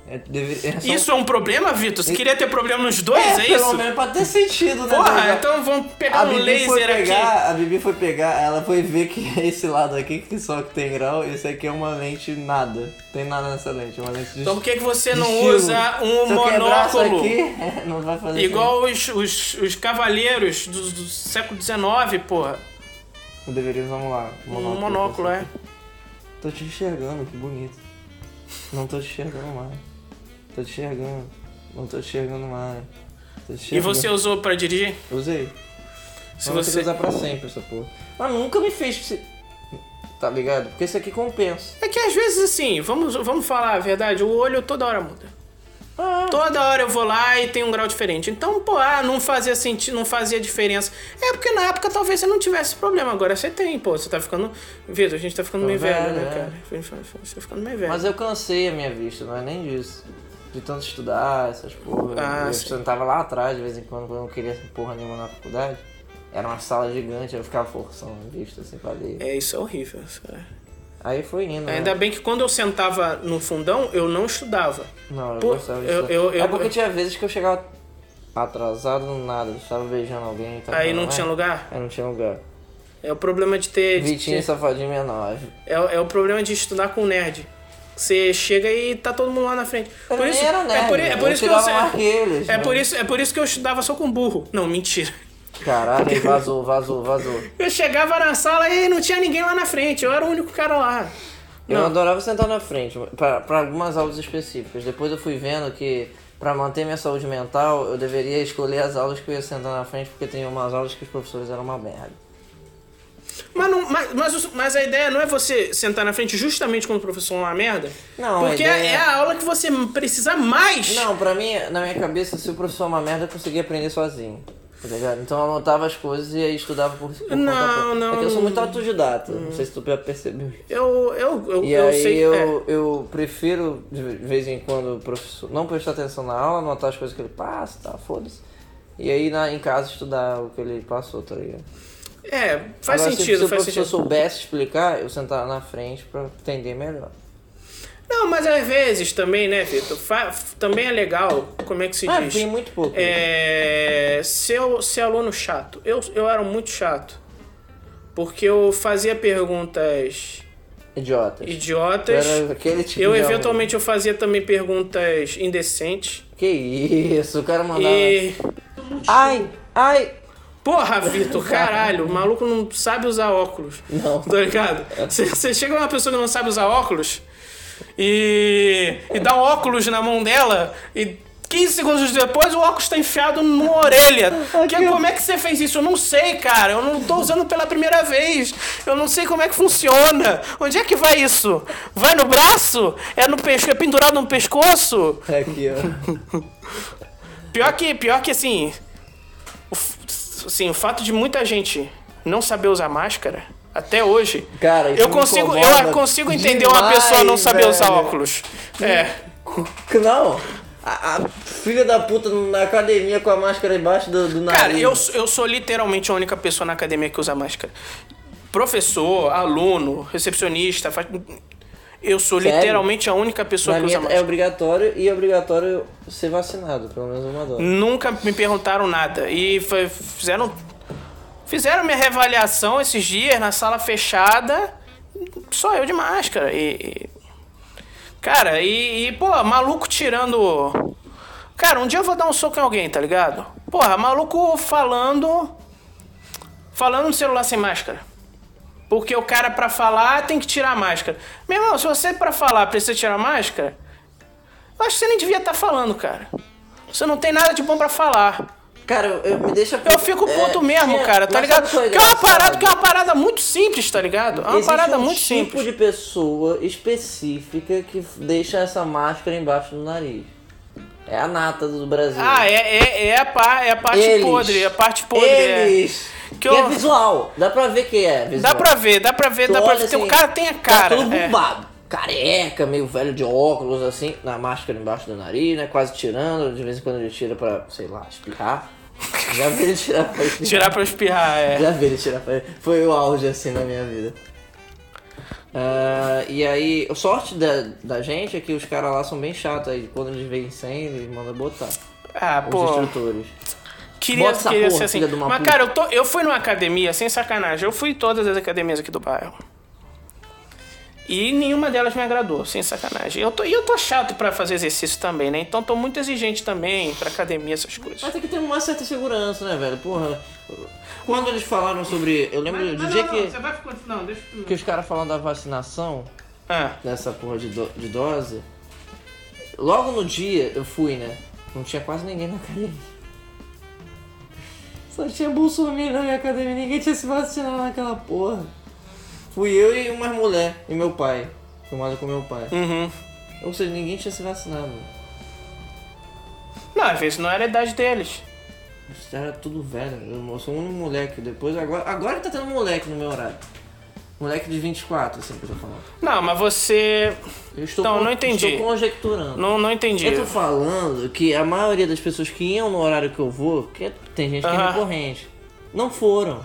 É, deve- é só- um-
Isso é um problema, Vitor? Você queria ter problema nos dois, é,
pelo
isso?
menos pra ter sentido, né?
Porra,
velho?
então vamos
A
pegar um
Bibi foi
laser
pegar,
aqui.
a Bibi foi pegar, ela foi ver que é esse lado aqui que só que tem grau, esse aqui é uma lente nada. Tem nada nessa lente, é uma lente de
Então por que, que você não
de estilo.
usa um
Se eu quebrar isso
monóculo?
aqui, é, não vai fazer
Igual os, os, os cavaleiros do, do século XIX, porra.
sentido. Eu deveria usar um lá,
Um monóculo, é.
Tô te enxergando, que bonito. Não tô te enxergando mais. Tô te enxergando. Não tô te enxergando mais.
E
Tô te enxergando.
você usou pra dirigir?
Usei.
Se
Mas você...
você...
usar pra sempre essa porra. Mas nunca me fez... se- Tá ligado? Porque isso aqui compensa.
É que às vezes assim, vamos, vamos falar a verdade, o olho toda hora muda.
Ah.
Toda hora eu vou lá e tem um grau diferente. Então, pô, ah, não fazia sentido, não fazia diferença. É porque na época talvez você não tivesse problema, agora você tem, pô. Você tá ficando. Vitor, a gente tá ficando
Tô
meio velho,
velho,
né,
é.
cara? A gente tá- Você tá ficando meio velho.
Mas eu cansei a minha vista, não é nem disso. De tanto estudar, essas porra.
Ah,
eu
sim.
sentava lá atrás de vez em quando, quando eu não queria essa porra nenhuma na faculdade. Era uma sala gigante, eu ficava forçando a vista assim pra ler.
É, isso é horrível. isso é.
Aí foi indo.
Ainda
né?
bem que quando eu sentava no fundão, eu não estudava.
Não, eu
Pô,
gostava de
eu-
estudar.
eu-
É
eu-
porque
eu-
tinha vezes que eu chegava atrasado no nada, eu estava beijando alguém e tal.
Aí
tal,
não
né?
tinha lugar.
Aí não tinha lugar.
É o problema de ter. de
Vitinho
ter-
safadinho menor.
É, o- é o problema de estudar com nerd. Você chega e tá todo mundo lá na frente.
Eu nem era nerd, né?
é por, é por
eu
isso que eu,
tirava mais que eles,
é por
né?
isso É por isso que eu estudava só com burro. Não, mentira.
Caralho, aí vazou, vazou, vazou.
Eu chegava na sala e não tinha ninguém lá na frente. Eu era o único cara lá.
Eu
Não.
adorava sentar na frente, pra, pra algumas aulas específicas. Depois eu fui vendo que, pra manter minha saúde mental, eu deveria escolher as aulas que eu ia sentar na frente, porque tem umas aulas que os professores eram uma merda.
Mas, não- mas, mas, os- mas a ideia não é você sentar na frente justamente quando o professor é uma merda.
Não, a
Porque
ideia-
é a aula que você precisa mais.
Não, pra mim, na minha cabeça, se o professor é uma merda, eu conseguia aprender sozinho. Tá ligado? Então eu anotava as coisas e aí estudava por, por
Não,
conta própria.
não.
É que eu sou muito autodidata, não sei se tu já percebeu.
Eu, eu, eu,
E
eu
aí
sei.
eu,
é.
eu prefiro, de vez em quando, o professor não prestar atenção na aula, anotar as coisas que ele passa, tá, foda-se. E aí na, em casa estudar o que ele passou, tá ligado?
É, faz
Agora, se-
sentido,
se o
faz
professor
sentido.
soubesse explicar, eu sentar na frente pra entender melhor.
Não, mas às vezes também, né, Vitor? Fa- Também é legal, como é que se
Ah,
diz?
tem muito pouco.
É, ser, ser aluno chato. Eu, eu era muito chato. Porque eu fazia perguntas
Idiota.
idiotas.
Era aquele tipo
então Eu
de aluno.
eventualmente eu fazia também perguntas indecentes.
Que isso, o cara mandava.
E.
Ai, ai!
Porra, Vitor, caralho, o maluco não sabe usar óculos.
Não.
Tá ligado? Você chega uma pessoa que não sabe usar óculos e, e dá um óculos na mão dela e 15 segundos depois o óculos tá enfiado numa orelha. Que, como é que você fez isso? Eu não sei, cara. Eu não tô usando pela primeira vez. Eu não sei como é que funciona. Onde é que vai isso? Vai no braço? É no pescoço? É pendurado no pescoço?
É Aqui, ó.
Pior que, pior que assim, o, f- assim, o fato de muita gente não saber usar máscara até hoje.
Cara, isso
eu
me
consigo,
incomoda
eu consigo entender uma
demais,
pessoa não saber usar
velho.
óculos. É.
Que Não! A, a filha da puta na academia com a máscara embaixo do, do nariz.
Cara, eu, sou- eu sou literalmente a única pessoa na academia que usa máscara. Professor, aluno, recepcionista, fa- eu sou
Sério?
literalmente a única pessoa
Na
que
minha
usa
é
máscara.
obrigatório e é obrigatório ser vacinado, pelo menos uma dose.
Nunca me perguntaram nada. E fa- fizeram. Fizeram minha reavaliação esses dias na sala fechada. Só eu de máscara. E. e- Cara, e, e, pô, maluco tirando. Cara, um dia eu vou dar um soco em alguém, tá ligado? Porra, maluco falando. Falando no celular sem máscara. Porque o cara, pra falar, tem que tirar a máscara. Meu irmão, se você, pra falar, precisa tirar a máscara, eu acho que você nem devia estar falando, cara. Você não tem nada de bom pra falar.
Cara, eu, eu- me deixa.
Eu fico puto mesmo,
é,
cara, tá
mas
ligado?
sabe qual
Que é uma
engraçado?
parada, que é uma parada muito simples, tá ligado? É uma
Existe
parada
um
muito
tipo
simples.
de pessoa específica que f- deixa essa máscara embaixo do nariz. É a nata do Brasil.
Ah, é, é, é, a par- é a parte
Eles.
podre, é a parte podre. é.
Eles.
Que
Que
eu-
é visual. Dá pra ver que é visual.
Dá pra ver, dá pra ver,
Tu
dá pra
olha
ver. Tem um
assim,
cara tem a
Tá
cara.
todo
é.
bombado. Careca, meio velho de óculos, assim, na máscara embaixo do nariz, né? Quase tirando. De vez em quando ele tira pra, sei lá, espirrar. Já vi ele tirar pra espirrar. Tá
Tirar pra espirrar, é.
Já vi ele tirar pra Foi o auge, assim, na minha vida. Ah, e aí, a sorte da, da gente é que os caras lá são bem chatos. Aí quando eles veem 100, eles mandam botar.
Ah,
Os
pô.
instrutores.
Queria,
Bota essa
queria
porra,
ser assim.
filha de uma
Mas,
puta.
cara, eu, tô- eu fui numa academia, sem sacanagem. Eu fui em todas as academias aqui do bairro. E nenhuma delas me agradou, sem sacanagem. Eu tô, e eu tô chato pra fazer exercício também, né? Então tô muito exigente também pra academia, essas coisas.
Mas tem que ter uma certa segurança, né, velho? Porra. Quando eles falaram sobre. Eu lembro do dia que,
vai ficar. Não, deixa
que os caras falaram da vacinação,
Ah,
dessa porra de, do- de dose. Logo no dia eu fui, né? Não tinha quase ninguém na academia. Só tinha bolsominion na minha academia, ninguém tinha se vacinado naquela porra. Fui eu e umas mulher e meu pai. Filmado com meu pai.
uhum.
Ou seja, ninguém tinha se vacinado.
Não, às vezes não era a idade deles.
Isso era tudo velho. Eu eu sou um moleque. Depois, agora, agora tá tendo moleque no meu horário. Moleque de 24, assim que eu tô falando.
Não, mas você.
Eu estou
Então,
con-
não entendi.
Estou conjecturando.
Não, não entendi.
Eu tô falando que a maioria das pessoas que iam no horário que eu vou, que tem gente que é
Aham.
recorrente, não foram.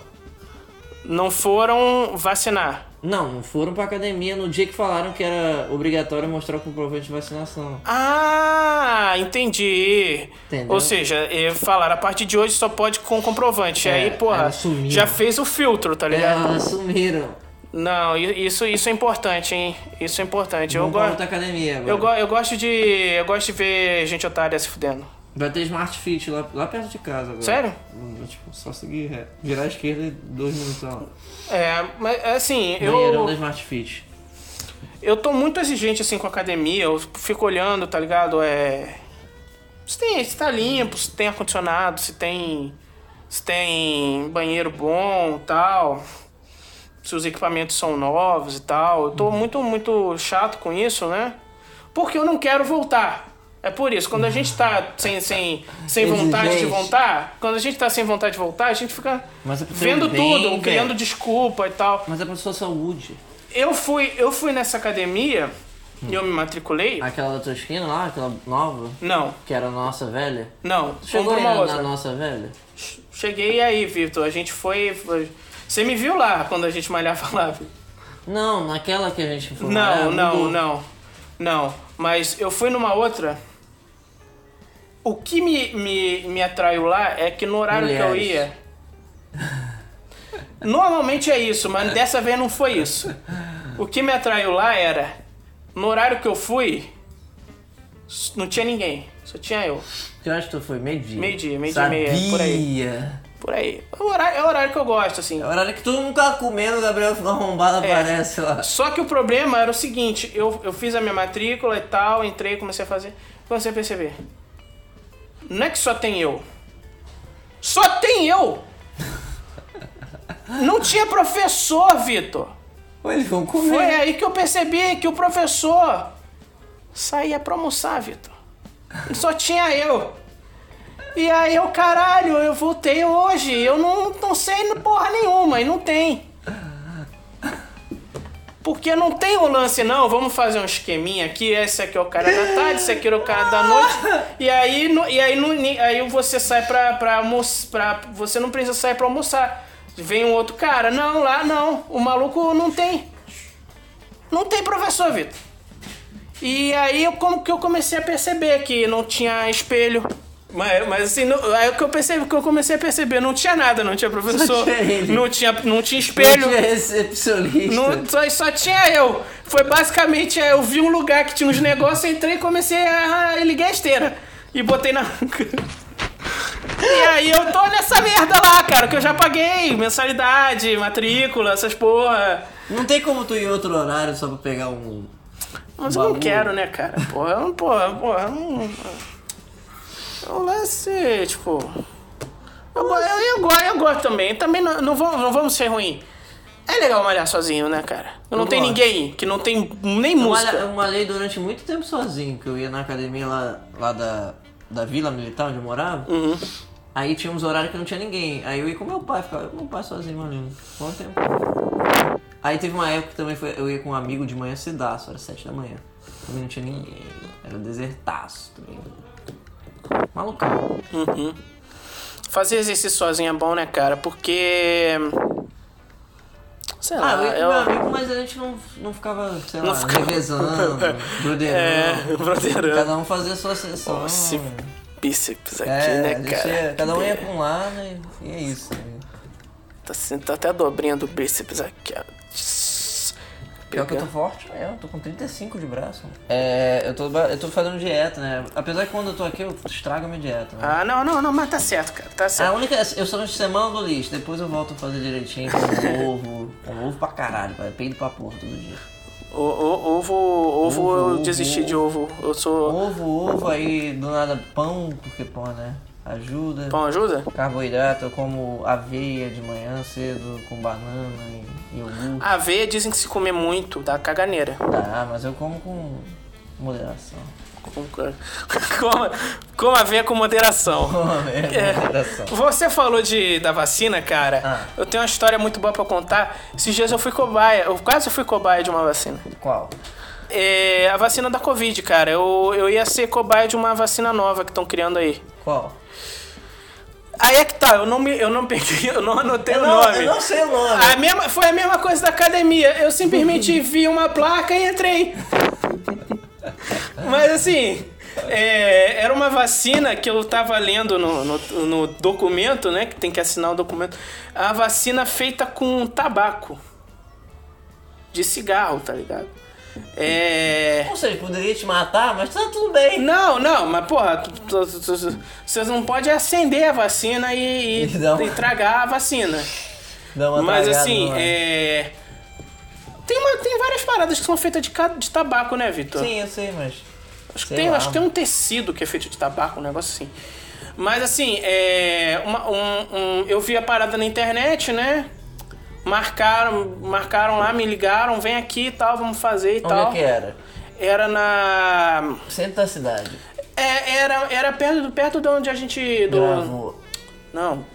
Não foram vacinar.
Não, não foram pra academia no dia que falaram que era obrigatório mostrar o comprovante de vacinação.
Ah, entendi.
Entendeu?
Ou seja, é, falaram, a partir de hoje só pode com comprovante.
É,
Aí, porra,
ela sumiu. É.
já fez o filtro, tá ligado?
Elas Ah, sumiram.
Não, i- isso, isso é importante, hein? Isso é importante. Eu,
Vamos pra
go
outra academia agora.
eu, go eu gosto de. Eu gosto de ver gente otária se fudendo.
Vai ter Smart Fit lá, lá perto de casa agora.
Sério?
Hum, Tipo, só seguir reto. Virar à esquerda e dois minutos tá lá.
É, mas assim,
Banheirão da
eu,
Smart Fit.
eu tô muito exigente assim com a academia, eu fico olhando, tá ligado? É. Se, tem, se tá limpo, se tem ar-condicionado, se tem. Se tem banheiro bom tal. Se os equipamentos são novos e tal. Eu tô
Uhum.
muito, muito chato com isso, né? Porque eu não quero voltar. É por isso, quando a gente tá sem, sem, sem vontade de
Exigente.
voltar, quando a gente tá sem vontade de voltar, a gente fica
Mas é pra ter
vendo
bem,
tudo,
velho.
criando desculpa e tal.
Mas é pra sua saúde.
Eu fui, eu fui nessa academia e eu me matriculei.
Aquela da tua esquina lá, aquela nova,
Não,
que era nossa velha.
não.
Chegou
Chegou uma
aí na, na
outra.
nossa velha?
Cheguei aí, Vitor. A gente foi, foi- Você me viu lá quando a gente malhava lá. Vitor.
Não, naquela que a gente foi.
Não,
É,
não,
mudou.
não. Não. Mas eu fui numa outra. O que me, me, me atraiu lá é que no horário que eu
Mulheres.
ia. Normalmente é isso, mas dessa vez não foi isso. O que me atraiu lá era. No horário que eu fui. s- Não tinha ninguém, só tinha eu.
Que horas tu foi? Meio-dia.
Meio-dia, meio-dia e meia, por aí.
Sabia.
Por aí. É o horário, é o horário que eu gosto, assim.
É o horário que tu não tá comendo, o Gabriel fica
É.
arrombado, aparece lá.
Só que o problema era o seguinte, eu, eu fiz a minha matrícula e tal, entrei, comecei a fazer. Comecei a perceber. Não é que só tem eu. Só tem eu! Não tinha professor, Vitor!
Ou eles vão comer.
Foi é, aí que eu percebi que o professor saía pra almoçar, Vitor. Só tinha eu. E aí eu, caralho, eu voltei hoje. Eu não, não sei porra nenhuma e não tem. Porque não tem o lance, não. Vamos fazer um esqueminha aqui. Esse aqui é o cara da tarde, esse aqui é o cara da noite. E aí, no- e aí, no- aí você sai pra, pra almoçar. Pra, você não precisa sair pra almoçar. Vem um outro cara. Não, lá não. O maluco não tem. Não tem professor, Vitor. E aí eu, como que eu comecei a perceber que não tinha espelho. Mas, mas assim, não, aí o que eu percebi, que eu comecei a perceber, não tinha nada, não tinha professor,
tinha ele.
não tinha, não tinha
Não
espelho,
tinha é recepcionista.
não, só, só tinha eu. Foi basicamente, é, eu vi um lugar que tinha uns negócios, entrei e comecei a, a liguei a esteira. E botei na. e aí eu tô nessa merda lá, cara, que eu já paguei mensalidade, matrícula, essas porra.
Não tem como tu ir em outro horário só pra pegar um...
Mas eu não
Bagulho.
quero, né, cara? Porra, eu não, porra, porra, eu não. É um lance, tipo. Eu, go- eu, eu, go- eu gosto também. Também não, não, vamos, não vamos ser ruim. É legal malhar sozinho, né, cara? Eu não
Eu
tem
gosto.
ninguém que não tem nem
Eu
música.
malha- eu malhei durante muito tempo sozinho, que eu ia na academia lá, lá da, da vila militar onde eu morava.
Uhum.
Aí tinha uns horários que não tinha ninguém. Aí eu ia com meu pai, ficava eu com meu pai sozinho malhando. Bom tempo. Aí teve uma época que também foi, eu ia com um amigo de manhã cedaço, era sete da manhã. Também não tinha ninguém. Era desertaço também. Malucão.
Fazer exercício sozinho é bom, né, cara? Porque. Sei
Ah,
lá,
eu,
eu-
meu amigo, mas a gente não, não ficava, sei lá,
ficava-
revezando,
É,
broderando.
broderando.
Cada um fazia a sua sessão.
Ó, esse bíceps aqui,
é,
né,
a gente
cara?
ia- cada um ia pra um lado e, e é isso. né?
Tá sentindo até a dobrinha do bíceps aqui, ó.
Pior que eu tô forte mesmo, eu tô com 35 de braço. É, eu tô, ba- eu tô fazendo dieta, né? Apesar que quando eu tô aqui, eu estrago a minha dieta. Né?
Ah, não, não, não, mas tá certo, cara. Tá certo.
A única. Eu sou semana do lixo, depois eu volto a fazer direitinho com ovo. Com ovo pra caralho, pai. Peido pra porra todo dia.
O, o- ovo, ovo,
Ovo,
eu
ovo,
desisti de ovo. Eu sou.
Ovo, ovo, aí do nada pão, porque pão, né? Ajuda.
Pão ajuda?
Carboidrato, eu como aveia de manhã cedo, com banana e iogurte.
Aveia dizem que se comer muito dá caganeira.
Dá, mas eu como com moderação.
Com- Coma, coma aveia com moderação.
é, moderação.
Você falou de, da vacina, cara.
Ah.
Eu tenho uma história muito boa pra contar. Esses dias eu fui cobaia, eu quase fui cobaia de uma vacina.
Qual?
É, a vacina da Covid, cara. Eu, eu ia ser cobaia de uma vacina nova que estão criando aí.
Qual?
Aí é que tá, eu não, me, eu não peguei, eu não anotei o nome. Ah.
eu não sei o nome.
A mesma, foi a mesma coisa da academia. Eu simplesmente vi uma placa e entrei. Mas assim, é, era uma vacina que eu tava lendo no, no, no documento, né? Que tem que assinar o documento. A vacina feita com tabaco. De cigarro, tá ligado? É.
Ou seja, poderia te matar, mas tá tudo bem.
Não, não, mas porra, tu- tu- tu- tu- tu- vocês não podem acender a vacina e, e,
Não.
e tragar a vacina.
Dá uma
Mas
tragada,
assim,
não
é. Tem, uma- tem várias paradas que são feitas de, ca- de tabaco, né, Vitor?
Sim, eu sei, mas.
Acho que,
sei
tem,
lá.
acho que tem um tecido que é feito de tabaco, um negócio assim. Mas assim, é. uma- um- um- eu vi a parada na internet, né? Marcaram, marcaram lá, me ligaram, vem aqui e tal, vamos fazer e
Onde
tal.
é que era?
Era na.
Centro da cidade.
É, era, era perto, do- perto de onde a gente. Do,
Gravou.
Não.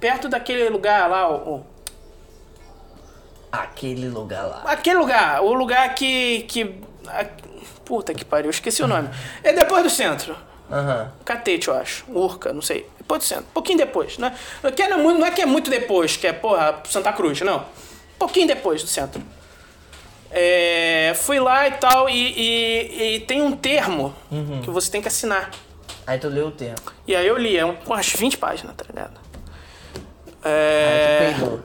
Perto daquele lugar lá, o- o-
Aquele lugar lá.
aquele lugar, o lugar que. que a- puta que pariu, esqueci o nome. É depois do centro.
Aham.
Catete, eu acho. Urca, não sei. Depois do centro. Pouquinho depois, né? Não é que é muito, não é que é muito depois, que é, porra, Santa Cruz, não. Pouquinho depois do centro. É, fui lá e tal, e, e- e tem um termo que você tem que assinar.
Aí tu leu o tempo.
E aí eu li, é um- umas 20 páginas, tá ligado?
Aí
É.
tu peidou.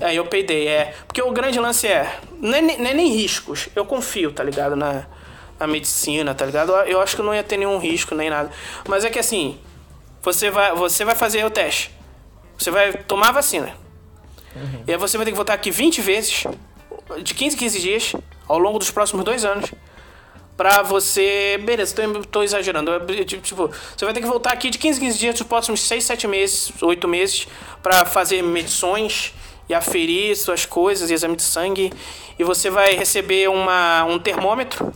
Aí eu peidei, é. Porque o grande lance é. Não é, nem- não é nem riscos. Eu confio, tá ligado? Na, na medicina, tá ligado? Eu acho que não ia ter nenhum risco nem nada. Mas é que assim. Você vai, você vai fazer o teste. Você vai tomar a vacina. E aí você vai ter que voltar aqui 20 vezes, de 15 em 15 dias, ao longo dos próximos dois anos. Pra você. Beleza, tô, tô exagerando. Eu- tipo, Tipo, você vai ter que voltar aqui de 15 em 15 dias dos próximos 6, 7 meses, 8 meses, pra fazer medições e aferir suas coisas, exame de sangue. E você vai receber uma, um termômetro.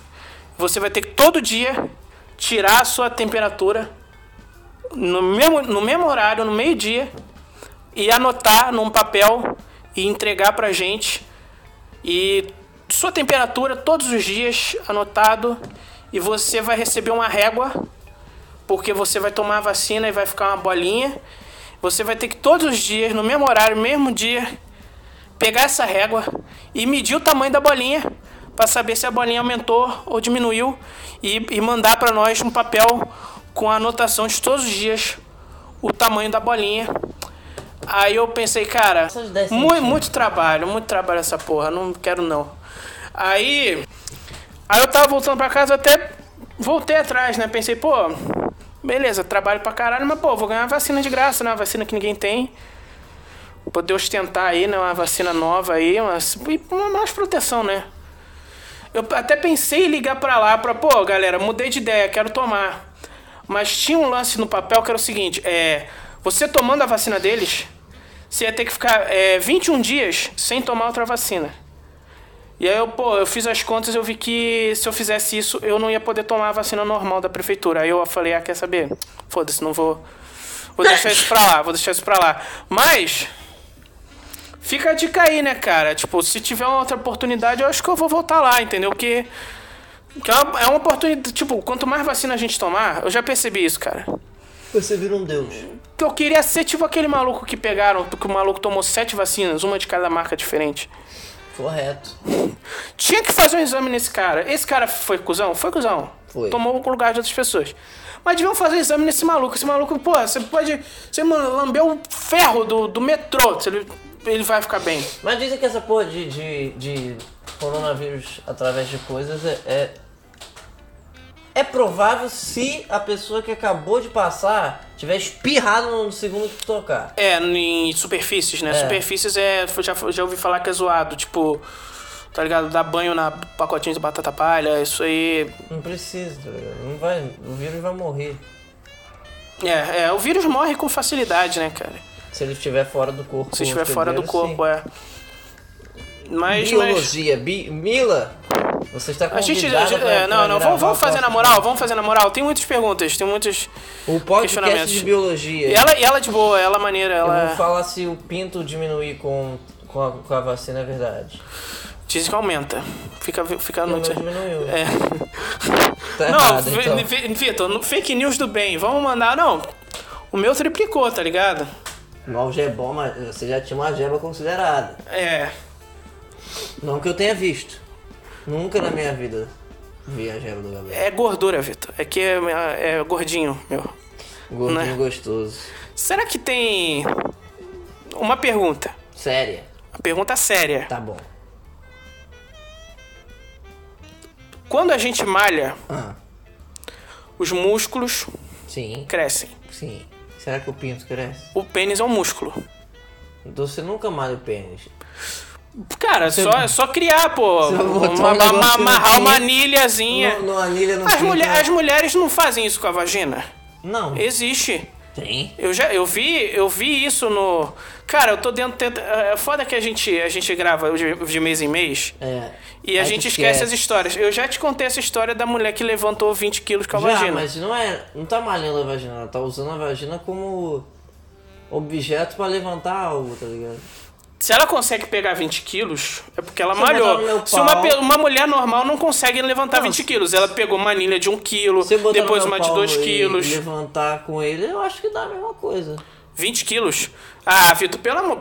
Você vai ter que todo dia tirar a sua temperatura no mesmo, no mesmo horário, no meio-dia, e anotar num papel e entregar pra gente. E sua temperatura todos os dias anotado e você vai receber uma régua porque você vai tomar a vacina e vai ficar uma bolinha. Você vai ter que todos os dias, no mesmo horário, mesmo dia, pegar essa régua e medir o tamanho da bolinha para saber se a bolinha aumentou ou diminuiu e, e mandar para nós um papel com a anotação de todos os dias o tamanho da bolinha. Aí eu pensei, cara,
Só de dez
mu-
centímetros.
muito trabalho, muito trabalho essa porra, não quero não. Aí, aí eu tava voltando pra casa, eu até voltei atrás, né? Pensei, pô, beleza, trabalho pra caralho, mas pô, vou ganhar uma vacina de graça, né? Uma vacina que ninguém tem poder ostentar aí, né? Uma vacina nova aí, uma, e uma mais proteção, né? Eu até pensei em ligar pra lá pra, pô, galera, mudei de ideia, quero tomar. Mas tinha um lance no papel que era o seguinte, é, você tomando a vacina deles, você ia ter que ficar é, 21 dias sem tomar outra vacina. E aí eu, pô, eu fiz as contas, eu vi que se eu fizesse isso, eu não ia poder tomar a vacina normal da prefeitura. Aí eu falei, ah, quer saber? Foda-se, não vou. Vou deixar isso pra lá, vou deixar isso pra lá. Mas. Fica a dica aí, né, cara? Tipo, se tiver uma outra oportunidade, eu acho que eu vou voltar lá, entendeu? Porque. que é, uma, é uma oportunidade. Tipo, quanto mais vacina a gente tomar, eu já percebi isso, cara.
Você vira um deus.
Eu queria ser tipo aquele maluco que pegaram, que o maluco tomou sete vacinas, uma de cada marca diferente.
Correto.
Tinha que fazer um exame nesse cara. Esse cara foi cuzão? Foi cuzão.
Foi.
Tomou o lugar de outras pessoas. Mas deviam fazer exame nesse maluco. Esse maluco, porra, você pode. Você lambeu o ferro do, do metrô. se Ele, ele vai ficar bem.
Mas dizem que essa porra de, de, de coronavírus através de coisas é, é. é provável se a pessoa que acabou de passar tiver espirrado no segundo que tocar.
É, em superfícies, né? Superfícies é. Já, já ouvi falar que é zoado. Tipo, tá ligado? Dar banho na pacotinho de batata palha. Isso aí.
Não precisa, tá ligado? Não vai, o vírus vai morrer.
É, é, o vírus morre com facilidade, né, cara?
Se ele estiver fora do corpo.
Se estiver fora do corpo, é. Mas, mas.
assim. Biologia, bi, Mila, você está
A
convidada
gente. a gente-
pra-
é, não,
pra
não,
gravar
vamos, vamos
o
fazer na
próximo-
moral, vamos fazer na moral. Tem muitas perguntas, tem muitos.
O podcast
questionamentos.
de biologia.
E ela, e ela de boa, ela é maneira,
Eu vou
ela.
falar se o pinto diminuir com, com, a, com a vacina é verdade.
Diz que aumenta. Fica, fica
Não,
no.
não diminuiu.
É.
Tá
Não,
errado, então.
Vi- Vi- Vitor, no- fake news do bem. Vamos mandar. Não, o meu triplicou, tá ligado?
Mal gebom, mas você já tinha uma geba considerada.
É.
Não que eu tenha visto. Nunca na minha vida vi a geba do Gabriel.
É gordura, Vitor. É que é, é gordinho, meu.
Gordinho
né?
gostoso.
Será que tem. Uma pergunta.
Séria.
Uma pergunta séria.
Tá bom.
Quando a gente malha,
Ah,
os músculos
sim,
crescem.
sim. Será que o pinto cresce?
O pênis é um músculo.
Então você nunca malha o pênis.
Cara, só, é só criar, pô.
Você botou um
Uma- uma-
negócio no
amarrar uma
pinto.
anilhazinha.
No, no anilha não
é. As,
fica-
mulher- as mulheres não fazem isso com a vagina.
Não.
Existe.
Tem.
Eu já eu vi, eu vi isso no. Cara, eu tô dentro. tenta- É foda que a gente, a gente grava de, de mês em mês.
É.
E a
Aí
gente
tu
esquece as histórias. Eu já te contei essa história da mulher que levantou 20 quilos com a
Já,
vagina.
mas não é. Não tá malhando a vagina, ela tá usando a vagina como objeto pra levantar algo, tá ligado?
Se ela consegue pegar 20 quilos, é porque ela
Se eu botar no
malhou.
meu
Se uma,
pau-
pe- uma mulher normal não consegue levantar
Não,
20
se-
quilos, ela pegou uma anilha de 1 quilo,
Se eu botar
depois
no meu
uma de
pau né?
2
e
quilos.
levantar com ele, eu acho que dá a mesma coisa.
20 quilos? Ah, Vitor, pelo amor.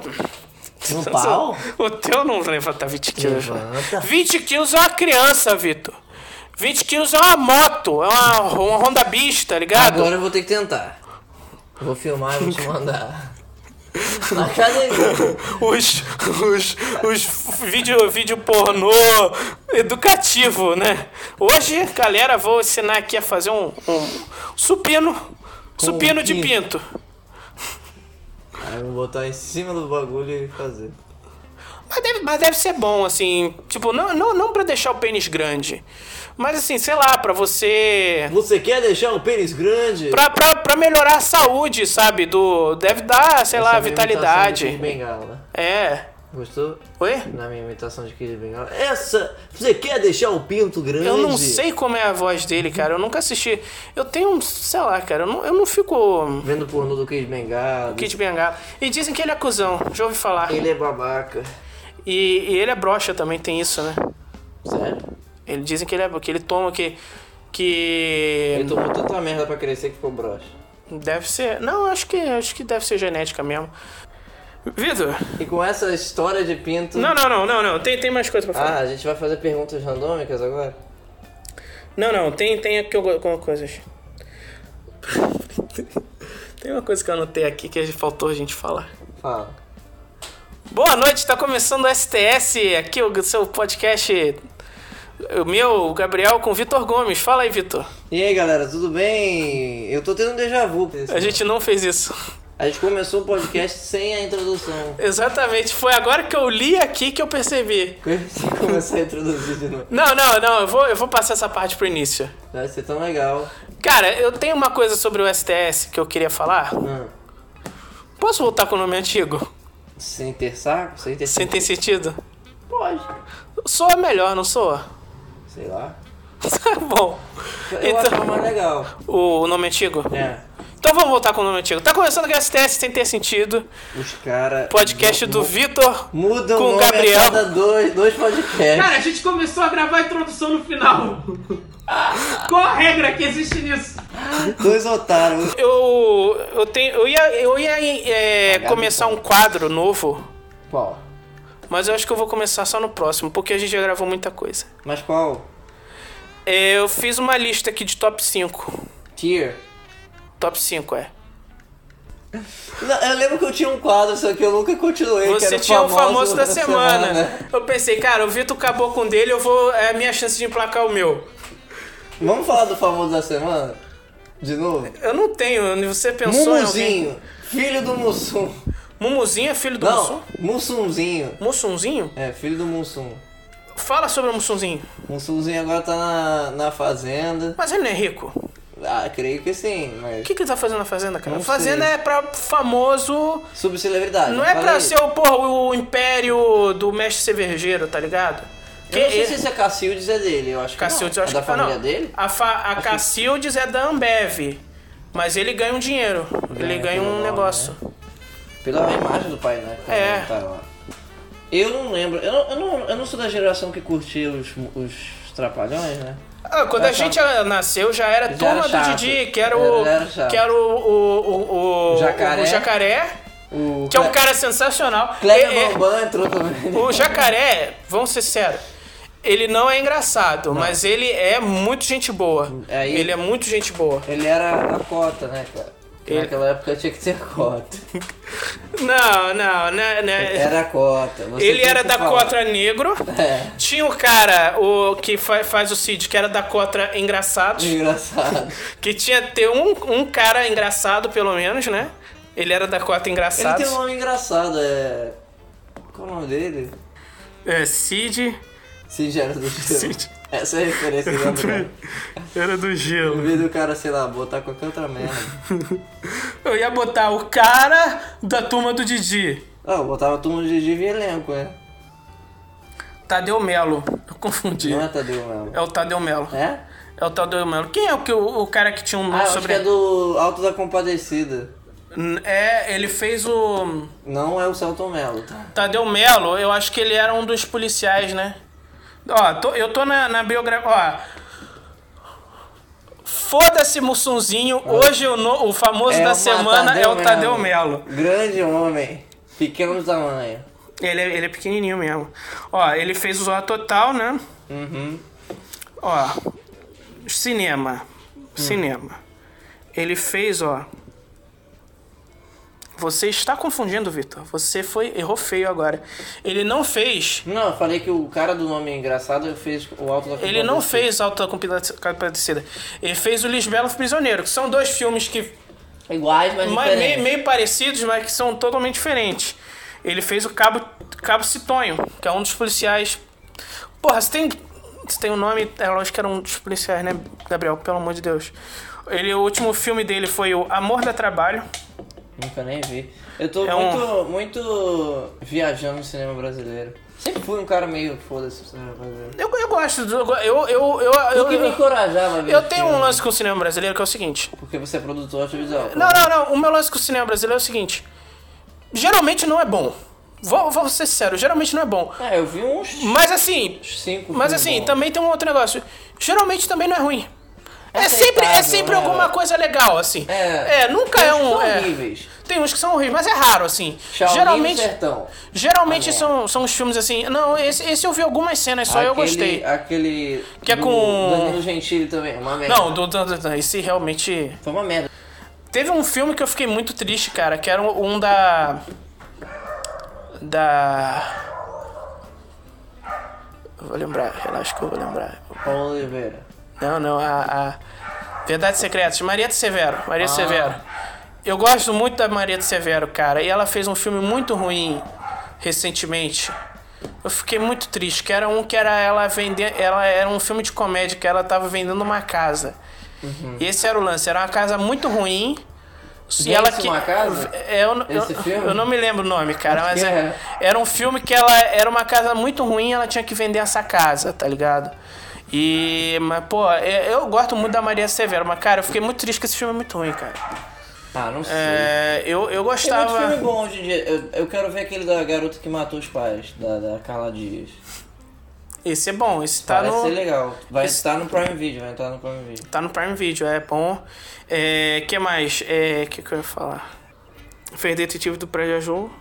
No Um pau?
O teu não levanta 20 quilos.
Levanta.
20 quilos é uma criança, Vitor. 20 quilos é uma moto, é uma, uma Honda Bis, tá ligado?
Agora eu vou ter que tentar. Eu Vou filmar e vou te mandar. Na academia.
Os, os, os vídeo, vídeo pornô educativo, né? Hoje, galera, vou ensinar aqui a fazer um, um supino. supino de
pinto.
Um pinto.
Aí eu vou botar em cima do bagulho e fazer.
Mas deve, mas deve ser bom, assim. Tipo, não, não, não pra deixar o pênis grande. Mas assim, sei lá, pra você.
Você quer deixar o pênis grande?
Pra, pra, pra melhorar a saúde, sabe? Do, deve dar, sei lá,
Essa é a minha imitação de Kid
vitalidade.
Bengala. né?
É.
Gostou?
Oi?
Na minha imitação de Kid Bengala. Essa! Você quer deixar o pinto grande?
Eu não sei como é a voz dele, cara. Eu nunca assisti. Eu tenho, um- sei lá, cara. Eu não, eu não fico.
Vendo pornô do Kid Bengala.
Kid Bengala. E dizem que ele é cuzão. Já ouvi falar.
Ele é babaca.
E, e ele é broxa também, tem isso, né?
Sério?
Ele dizem que ele é. que ele toma que. que.
Ele tomou tanta merda pra crescer que ficou broxa.
Deve ser. Não, acho que acho que deve ser genética mesmo. Vitor?
E com essa história de pinto.
Não, não, não, não, não. Tem, tem mais coisa pra falar.
Ah, a gente vai fazer perguntas randômicas agora?
Não, não, tem, tem aqui alguma coisa. tem uma coisa que eu anotei aqui que faltou a gente falar.
Fala.
Boa noite, tá começando o STS, aqui o seu podcast. O meu, o Gabriel, com o Vitor Gomes. Fala aí, Vitor.
E aí galera, tudo bem? Eu tô tendo um déjà vu.
A gente não fez isso.
A gente começou o podcast sem a introdução.
Exatamente, foi agora que eu li aqui que eu percebi.
Tem que começar a introduzir de novo.
Não, não, não, eu vou, eu vou passar essa parte pro início.
Vai ser tão legal.
Cara, eu tenho uma coisa sobre o STS que eu queria falar.
Ah,
Posso voltar com o nome antigo?
sem ter saco? Sem ter
Sem ter sentido?
Pode.
Soa melhor, não soa?
Sei lá.
Tá bom.
Eu acho é
Então,
mais legal.
o nome antigo?
É.
Então vamos voltar com o nome antigo. Tá começando com o STS sem ter sentido.
Os caras.
Podcast do Vitor
Muda
com
o
o
nome
Gabriel.
a cada dois, dois podcasts.
Cara, a gente começou a gravar a introdução no final. Qual a regra que existe nisso?
dois otários.
Eu, eu, tenho, eu ia, eu ia é, começar
então.
um quadro novo,
Qual?
mas eu acho que eu vou começar só no próximo, porque a gente já gravou muita coisa.
Mas qual?
É, Eu fiz uma lista aqui de top 5.
Tier.
Top 5, é.
Não, eu lembro que eu tinha um quadro, só que eu nunca continuei. que
Você
era
tinha o famoso da semana. né?
semana. né?
Eu pensei, cara, o Vitor acabou com o dele, eu vou. É a minha chance de emplacar o meu.
Vamos falar do famoso da semana? De novo?
Eu não tenho, você pensou em é alguém?
Mumuzinho, filho do Mussum.
Mumuzinho é filho do Mussum?
Não, Mussunzinho.
Mussunzinho?
É, filho do Mussum.
Fala sobre o Mussunzinho.
Mussunzinho agora tá na, na fazenda.
Mas ele não é rico.
Ah, creio que sim,
O
mas.
que, que ele tá fazendo na Fazenda, cara?
Não
fazenda
sei.
é pra famoso.
Subcelebridade.
Não é
fala
pra
aí.
ser o, porra, o império do mestre cervejeiro, tá ligado?
Eu não sei se esse é Cacildes é dele, eu acho que
Cacildes,
não.
eu acho
é da
que
família
não.
dele?
A, fa- a Cacildes é da Ambev. Mas ele ganha um dinheiro. ele
Ganha
ganha
pelo
um
nome,
negócio.
Pela imagem do pai, né? Quando
Ah. É.
ele tá lá. Eu não lembro, eu não, eu, não, eu não sou da geração que curtia os, os trapalhões, né?
Ah, quando a
Essa-
gente nasceu já era
Já
turma
era
do
chato.
Didi, que era o.
Já era chato.
que era o. o, o, o-
Jacaré.
o jacaré,
O
que é um
Cle-
cara sensacional. É, é,
Kleber Bambam entrou também.
O jacaré, vamos ser sérios, ele não é engraçado, mas ele é muito gente boa.
Aí-
Ele é muito gente boa.
Ele era a cota, né, cara?
Ele-
Naquela época tinha que ser cota.
Não, não, né? né.
Era a cota. É, você
ele
tinha
era
que
da
falar.
Cotra Negro.
É,
Tinha o cara o que fa- faz o Cid, que era da Cotra Engraçados.
é engraçado.
Que tinha que ter um, um cara engraçado, pelo menos, né? Ele era da Cotra
Ele
Engraçados.
tem um nome engraçado, é. Qual é o nome dele?
É, Cid.
Singelo do Gelo.
Cid.
Essa é a referência do
Era do
Eu
gelo.
vi do cara, sei lá, botar qualquer outra merda.
Eu ia botar o cara da turma do Didi.
Ah, eu botava turma de Gigi e elenco, né?
Tadeu Melo. Eu confundi.
Não é Tadeu mesmo.
É o Tadeu Melo.
É?
É o Tadeu Melo. Quem é o, que, o, o cara que tinha um
Ah, eu
nome
acho
sobre.
que é do Alto da Compadecida.
N- É, ele fez o.
Não é o Celton Mello, tá?
Tadeu Melo, eu acho que ele era um dos policiais, né? Ó, tô- eu tô na, na biografia. Ó. Foda-se, Mussunzinho. Hoje o, no- o famoso da
uma
semana é o Tadeu Melo.
Grande homem, pequeno tamanho.
Ele, é- ele é pequenininho mesmo. Ó, ele fez o Zorra Total, né?
Uhum.
Ó, cinema. Cinema. Ele fez, ó. Você está confundindo, Vitor. Você foi errou feio agora. Ele não fez.
Não, eu falei que o cara do nome engraçado fez o Alto da
Ele não
Compadecida.
fez Alta Compida- Compadecida. Ele fez o Lisbelo Prisioneiro, que são dois filmes que
Iguais, mas,
mas meio,
diferentes.
meio parecidos, mas que são totalmente diferentes. Ele fez o Cabo, Cabo Citonho, que é um dos policiais. Porra, se tem. Se tem o nome, é lógico que era um dos policiais, né, Gabriel? Pelo amor de Deus. Ele, o último filme dele foi o Amor da Trabalho.
Nunca nem vi. Eu tô
É
muito,
um-
muito viajando no cinema brasileiro. Sempre fui um cara meio foda-se no cinema brasileiro.
Eu, eu gosto. do- Eu, eu, eu, eu,
O que me né?
eu,
encorajava a ver
eu
filme,
tenho um lance com o cinema brasileiro que é o seguinte.
Porque você é produtor audiovisual.
Não, não, não. O meu lance com o cinema brasileiro é o seguinte. Geralmente não é bom. Vou, vou ser sério, geralmente não é bom.
Ah, eu vi uns
Mas assim,
cinco
Mas
filmes
assim,
bons.
também tem um outro negócio. Geralmente também não é ruim. É
Aceitável,
sempre, é sempre
né?
alguma coisa legal, assim.
É.
nunca
Tem
é
uns que
um.
são
é.
horríveis.
Tem uns que são horríveis, mas é raro, assim.
Shaolin
geralmente
do Sertão.
geralmente
Ah, é.
são, são os filmes assim. Não, esse, esse eu vi algumas cenas só e eu
Aquele-
gostei.
Aquele.
Que é
do
com-
Danilo Gentili também, uma merda.
Não, do, do, do, do- esse realmente.
Foi uma merda.
Teve um filme que eu fiquei muito triste, cara, que era um, um da. Da. Eu vou lembrar, relaxa que eu vou lembrar.
Paulo Oliveira.
Não, não, a, a Verdades Secretas, Marieta Severo, Maria
Ah.
Severo. Eu gosto muito da Maria Severo, cara, e ela fez um filme muito ruim recentemente. Eu fiquei muito triste, que era um que era ela vender, ela era um filme de comédia que ela tava vendendo uma casa.
Uhum.
E esse era o lance, era uma casa muito ruim.
Vende-se uma casa?
É, eu, eu-
Esse filme?
eu não me lembro o nome, cara,
Acho
mas
que
é-
é.
era um filme que ela era uma casa muito ruim, ela tinha que vender essa casa, tá ligado? E, mas, pô, é- eu gosto muito da Maria Severo, mas, cara, eu fiquei muito triste que esse filme é muito ruim, cara.
Ah, não sei.
É, eu, eu
Tem muito filme
gostava.
bom hoje em dia. Eu, eu quero ver aquele da garota que matou os pais, da, da Carla Dias.
Esse é bom, esse tá
Parece
no.
ser legal. Vai
Esse-
estar no Prime Video, vai entrar no Prime Video.
Tá no Prime Video, é bom. É, que mais? É, que que eu ia falar? Fez Detetive do Prédio Azul.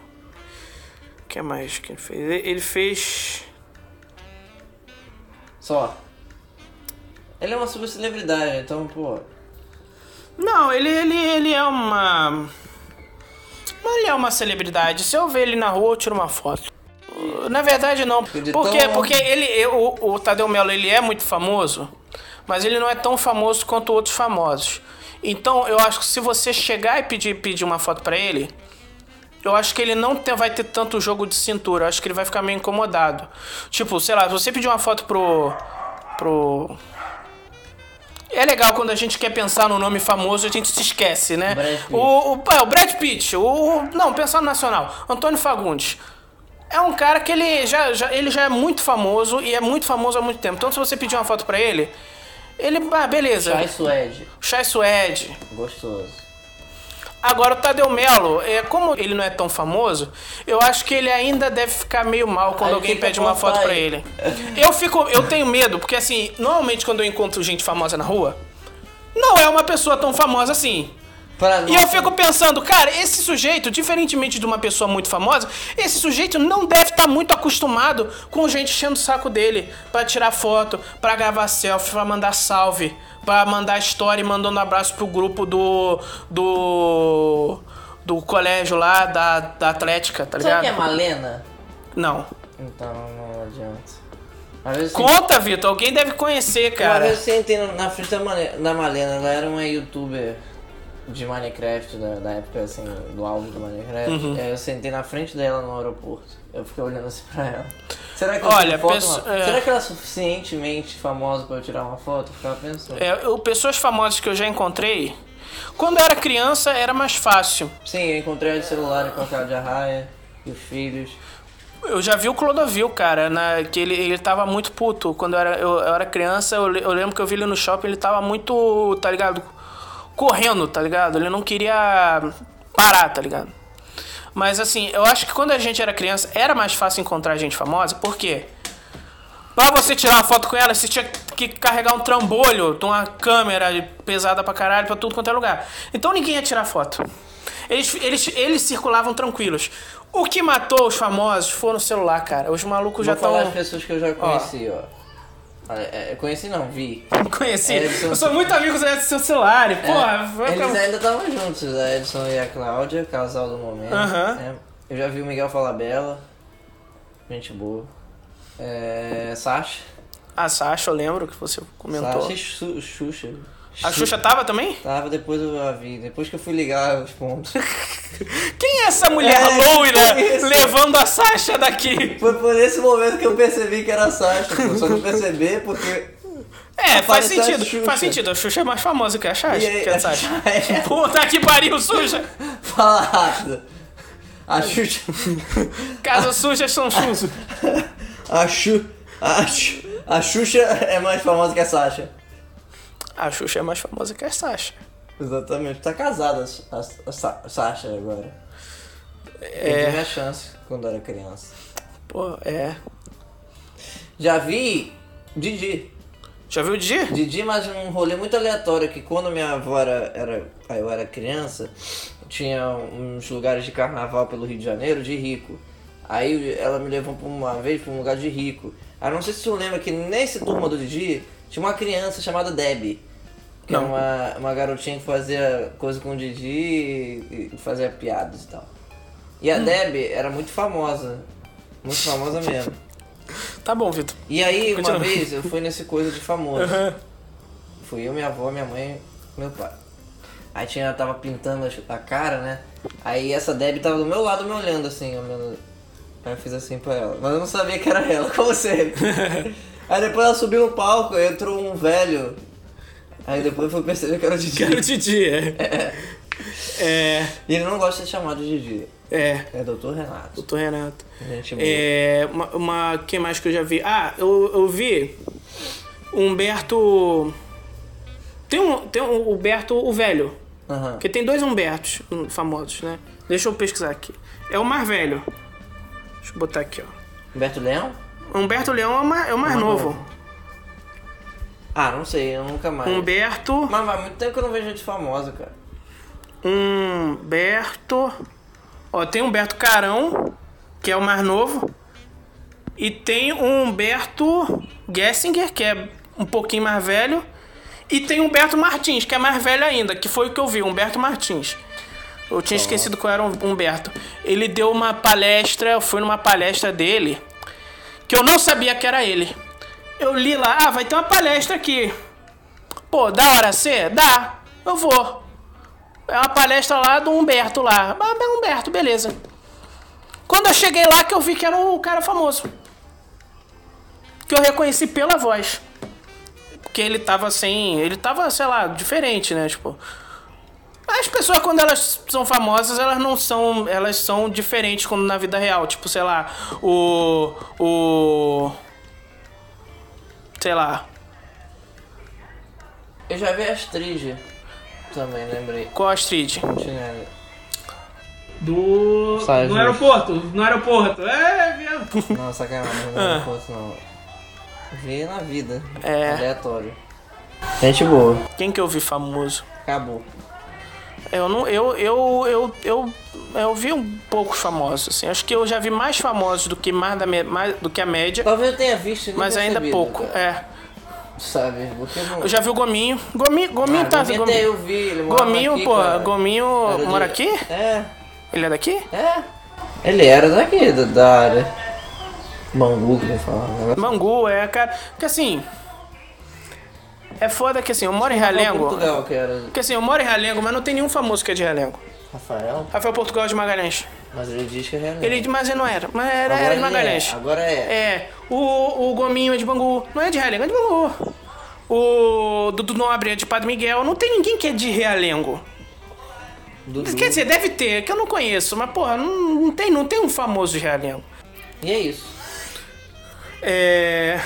Que mais que ele fez? Ele ele fez
Só. Ele é uma subcelebridade, então, pô.
Não, ele, ele, ele é uma. Mas ele é uma celebridade. Se eu ver ele na rua, eu tiro uma foto. Uh, Na verdade, não.
Ele
Por
tão-
quê? Porque ele, eu- o, o Tadeu Melo ele é muito famoso, mas ele não é tão famoso quanto outros famosos. Então, eu acho que se você chegar e pedir, pedir uma foto pra ele, eu acho que ele não te- vai ter tanto jogo de cintura. Eu acho que ele vai ficar meio incomodado. Tipo, sei lá, se você pedir uma foto pro. pro. É legal quando a gente quer pensar no nome famoso, a gente se esquece, né?
Brad Pitt.
O, o, ah, o Brad Pitt, o, o- Não, pensar no nacional. Antônio Fagundes. É um cara que ele já, já- ele já é muito famoso e é muito famoso há muito tempo. Então, se você pedir uma foto pra ele, ele. Ah, beleza.
Chai Suede.
Chai Suede.
Gostoso.
Agora, o Tadeu Melo, é, como ele não é tão famoso, eu acho que ele ainda deve ficar meio mal quando
Aí
alguém
fica
pede
com
uma
o
foto
pai.
pra ele. Eu fico, eu tenho medo, porque assim, normalmente quando eu encontro gente famosa na rua, não é uma pessoa tão famosa assim.
Pra
E eu fico pensando, cara, esse sujeito, diferentemente de uma pessoa muito famosa, esse sujeito não deve estar muito acostumado com gente enchendo o saco dele pra tirar foto, pra gravar selfie, pra mandar salve, pra mandar story mandando abraço pro grupo do do do colégio lá da, da Atlética, tá
Sabe
ligado?
que é Malena?
Não.
Então não adianta. Às vezes você-
Conta, Vitor, alguém deve conhecer,
Uma
cara.
vez eu sentei no- na frente da, Mane- da Malena, ela era uma youtuber de Minecraft, da, da época assim, do auge do Minecraft.
Uhum.
Aí eu sentei na frente dela no aeroporto. Eu fiquei olhando assim pra ela. Será que, eu
Olha,
tiro foto,
pesso-
mano?
é.
Será que ela é suficientemente famosa pra eu tirar uma foto? Eu ficava pensando.
É, eu- pessoas famosas que eu já encontrei, quando eu era criança era mais fácil.
Sim, eu encontrei ela de celular com a cara de arraia e os filhos.
Eu já vi o Clodovil, cara, na, que ele, ele tava muito puto. Quando eu era, eu, eu era criança, eu, le- eu lembro que eu vi ele no shopping, ele tava muito, tá ligado? Correndo, tá ligado? Ele não queria parar, tá ligado? Mas assim, eu acho que quando a gente era criança, era mais fácil encontrar gente famosa, por quê? Pra você tirar uma foto com ela, você tinha que carregar um trambolho de uma câmera pesada pra caralho, pra tudo quanto é lugar. Então ninguém ia tirar foto. Eles, eles, eles circulavam tranquilos. O que matou os famosos foi no celular, cara. Os malucos já
Vou falar as
estão.
pessoas que eu já conheci, ó. Olha, é, conheci não, vi.
Conheci.
É, eles são-
Eu sou muito amigo do Edson Celulari, porra. vai
É, Eles
pra-
ainda estavam juntos, a Edson e a Cláudia, casal do momento.
Aham.
né? Eu já vi o Miguel Falabella, gente boa. É, Sasha.
A Ah, Sasha, eu lembro que você comentou.
Sasha e Xu- Xuxa.
A Xuxa tava também?
Tava, depois eu a vi, depois que eu fui ligar os pontos.
Quem é essa mulher
É,
loira
que isso?
levando a Sasha daqui?
Foi por esse momento que eu percebi que era a Sasha, pô. só não percebi porque...
É, faz
Apareceu a
sentido.
Xuxa.
Faz sentido. A Xuxa é mais famosa que a Sasha.
E aí-
Que a Sasha.
É.
Puta que pariu, Suja!
Fala rápido. A Xuxa...
Casa suja são Xuxa.
A, Xu... a, Xu... a Xuxa é mais famosa que a Sasha.
A Xuxa é mais famosa que a Sasha.
Exatamente. Tá casada a, a- a Sa- a Sasha agora. Eu
É.
tive a chance quando era criança.
Pô, é.
Já vi Didi.
Já viu o Didi?
Didi, mas um rolê muito aleatório que quando minha avó era, era- ah, eu era criança, tinha uns lugares de carnaval pelo Rio de Janeiro de rico. Aí ela me levou pra uma vez pra um lugar de rico. Aí não sei se tu lembra que nesse turma do Didi tinha uma criança chamada Debbie. Que
Não.
era uma, uma garotinha que fazia coisa com o Didi e, e fazia piadas e tal. E
Hum.
a Debbie era muito famosa. Muito famosa mesmo.
Tá bom, Vitor.
E aí,
Continua.
uma vez, eu fui nesse coisa de famoso. Fui eu, minha avó, minha mãe, meu pai. Aí tinha, ela tava pintando as- a cara, né? Aí essa Debbie tava do meu lado me olhando assim, olhando. Aí eu fiz assim pra ela. Mas eu não sabia que era ela, como sempre. aí depois ela subiu no palco, aí entrou um velho. Aí depois eu fui perceber que era o
Quero o
Didi.
Didi, é. É.
E ele não gosta de ser chamado de Didi.
É.
É doutor Renato.
Doutor Renato.
Gente boa.
É. Uma, uma. Quem mais que eu já vi? Ah, eu, eu vi. Humberto. Tem um. Tem um Humberto o Velho.
Aham.
Porque tem dois Humbertos hum, famosos, né? Deixa eu pesquisar aqui. É o mais velho. Deixa eu botar aqui, ó.
Humberto Leão?
Humberto Leão é o mais, é o mais
Mais
novo.
novo. Ah, não sei, eu nunca mais.
Um Humberto.
Mas vai muito tempo que eu não vejo gente famosa, cara.
Humberto. Ó, tem Humberto Carão, que é o mais novo. E tem o Humberto Gessinger, que é um pouquinho mais velho. E tem o Humberto Martins, que é mais velho ainda, que foi o que eu vi, Humberto Martins. Eu tinha esquecido qual era o Humberto. Ele deu uma palestra, eu fui numa palestra dele, que eu não sabia que era ele. Eu li lá, ah, vai ter uma palestra aqui. Pô, da hora ser? Dá, eu vou. É uma palestra lá do Humberto lá. Ah, mas Humberto, beleza. Quando eu cheguei lá que eu vi que era um cara famoso. Que eu reconheci pela voz. Porque ele tava sem. Ele tava, sei lá, diferente, né? Tipo. As pessoas, quando elas são famosas, elas não são. Elas são diferentes quando na vida real. Tipo, sei lá, o. O. Sei lá.
Eu já vi a Astrid. Também lembrei.
Qual a Astrid?
Chinelo.
Do.
Sai,
no
Jorge.
aeroporto, no aeroporto. É, viado.
Não, sacanagem, não é foto não. Vê na vida.
Ah. É.
Aleatório. Gente boa.
Quem que eu vi famoso?
Acabou.
Eu não, eu, eu, eu, eu, eu vi um poucos famosos, assim. Acho que eu já vi mais famosos do que mais, da, me- mais do que a média,
Talvez eu tenha visto e nem
mas ainda
percebido,
pouco.
cara.
É,
Sabe? Porque eu não...
eu já vi o Gominho. Gominho, Gominho
Ah,
tá.
Gominho
Gominho,
até eu vi, ele morava
Gominho,
aqui,
pô,
cara.
Gominho
Era
mora
de-
aqui?
É,
Ele é daqui?
é. Ele era daqui, da, da área. Mangu, que né? eu falava.
Bangu, é, cara. Porque assim. É foda que assim, eu moro em Realengo.
é Portugal, que era.
Porque assim, eu moro em Realengo, mas não tem nenhum famoso que é de Realengo.
Rafael?
Rafael Portugal de Magalhães.
Mas ele diz que é Renan.
Ele, mas ele não era. Mas era,
Agora
era de
ele é,
Magalhães.
Agora é.
É, o, o Gominho é de Bangu. Não é de Realengo, é de Bangu. O Dudu Nobre é de Padre Miguel. Não tem ninguém que é de Realengo.
Dudu.
Quer dizer, deve ter, é que eu não conheço. Mas, porra, não, não tem, não tem um famoso de Realengo.
E é isso.
É...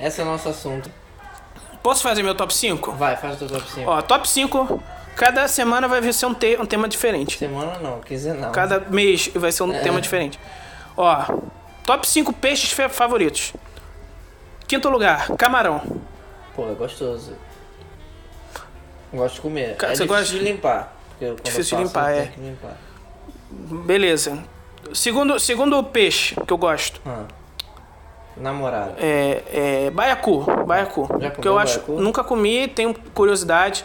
Esse é o nosso assunto.
Posso fazer meu top 5?
Vai, faz o teu top 5.
Ó, top 5. Cada semana vai ser um, te- um tema diferente.
Semana não, quinzenal.
Cada mês vai ser um tema diferente. Ó, top 5 peixes fe- favoritos. Quinto lugar, camarão.
Pô, é gostoso. Gosto de comer.
Cara,
é
você
difícil
gosta-
de limpar. Porque quando
Difícil de
eu faço,
limpar, é.
eu tenho que limpar.
Beleza. Segundo, segundo peixe que eu gosto.
Ah. Namorada.
É, é baiacu, baiacu.
Já
que eu
comeu
acho,
baiacu?
nunca comi, tenho curiosidade,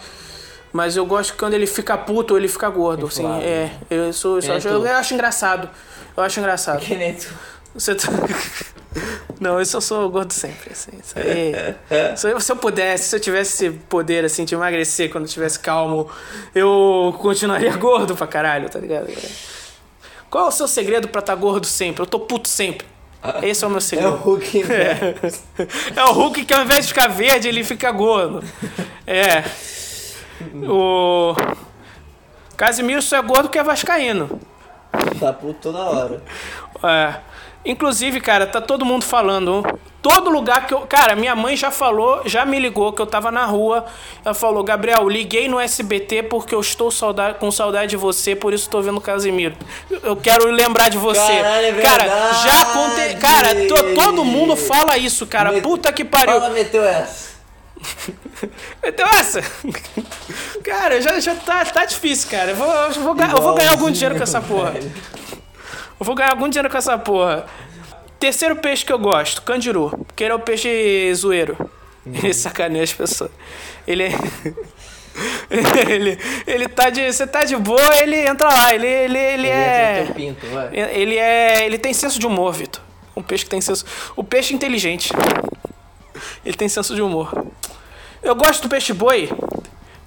mas eu gosto que quando ele fica puto, ele fica gordo,
Inflado.
assim. É, eu sou,
nem
acho, eu
tu.
acho engraçado. Eu acho engraçado.
Que nem tu.
Você tá- Não, isso eu sou gordo sempre, assim. Isso aí. se, eu, se eu pudesse, se eu tivesse esse poder, assim, de emagrecer quando eu tivesse calmo, eu continuaria gordo pra caralho, tá ligado? cara? Qual é o seu segredo pra estar gordo sempre? Eu tô puto sempre. Esse é o meu
É
segredo.
o Hulk, né?
É o Hulk que ao invés de ficar verde, ele fica gordo. É. O. Casimiro só é gordo porque é vascaíno.
Tá puto toda hora.
É. Inclusive, cara, tá todo mundo falando. Todo lugar que eu. Cara, minha mãe já falou, já me ligou que eu tava na rua. Ela falou: Gabriel, liguei no SBT porque eu estou saudade, com saudade de você, por isso tô vendo o Casimiro. Eu- Eu quero lembrar de você.
Caralho, é
cara,
verdade.
já aconteceu. Cara, to- todo mundo fala isso, cara.
Met-
Puta que pariu.
Fala, meteu essa.
Então essa. Cara, já, já tá, tá difícil, cara. Eu vou, eu vou ga- eu vou ganhar algum dinheiro com essa porra. Eu vou ganhar algum dinheiro com essa porra. Terceiro peixe que eu gosto, candiru. Porque ele é o peixe zoeiro. Ele sacaneia as pessoas. Ele é. ele, ele tá de. Você tá de boa, ele entra lá. Ele, ele, ele
É.
é.
Teu pinto, vai.
Ele é. Ele tem senso de humor, Vitor. Um peixe que tem senso. O peixe inteligente. Ele tem senso de humor. Eu gosto do peixe boi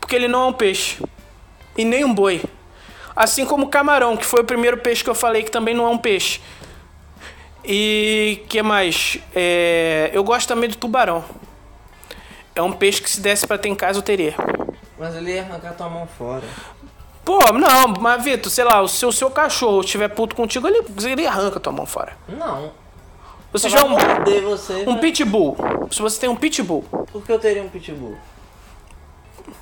porque ele não é um peixe. E nem um boi. Assim como o camarão, que foi o primeiro peixe que eu falei que também não é um peixe. E que mais? É, eu gosto também do tubarão. É um peixe que se desse pra ter em casa eu teria.
Mas ele ia arrancar tua mão fora.
Pô, não, mas Vitor, sei lá, se o seu cachorro estiver puto contigo, ele, ele arranca tua mão fora.
Não.
Você
Só
já é
vai
um,
morder você.
um pitbull. Se você tem um pitbull,
Por que eu teria um pitbull?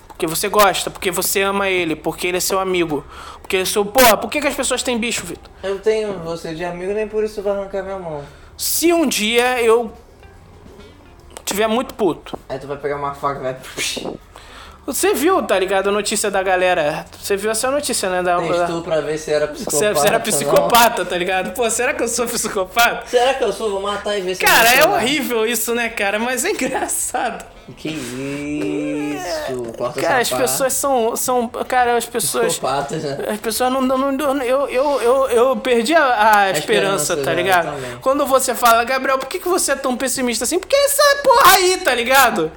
Porque você gosta, porque você ama ele, porque ele é seu amigo. Porque ele é seu. Porra, por que, que as pessoas têm bicho, Vitor?
Eu tenho você de amigo, nem por isso vai arrancar minha mão.
Se um dia eu tiver muito puto,
Aí tu vai pegar uma faca e vai.
Você viu, tá ligado? A notícia da galera. Você viu essa notícia, né? Da, da...
Testou pra ver se era
Você,
psicopata.
você era
ou não.
psicopata, tá ligado? Pô, será que eu sou psicopata?
Será que eu sou? Vou matar e ver se eu
Cara, é
funcionar.
horrível isso, né, cara? Mas é engraçado.
Que isso? Corta
Cara, as
essa parte.
pessoas são. são cara, as pessoas.
Psicopatas, né?
As pessoas não. não, não- eu, eu, eu, eu perdi a, a esperança,
esperança,
tá
né?
ligado?
Também.
Quando você fala, Gabriel, por que, que você é tão pessimista assim? Porque essa porra aí, tá ligado?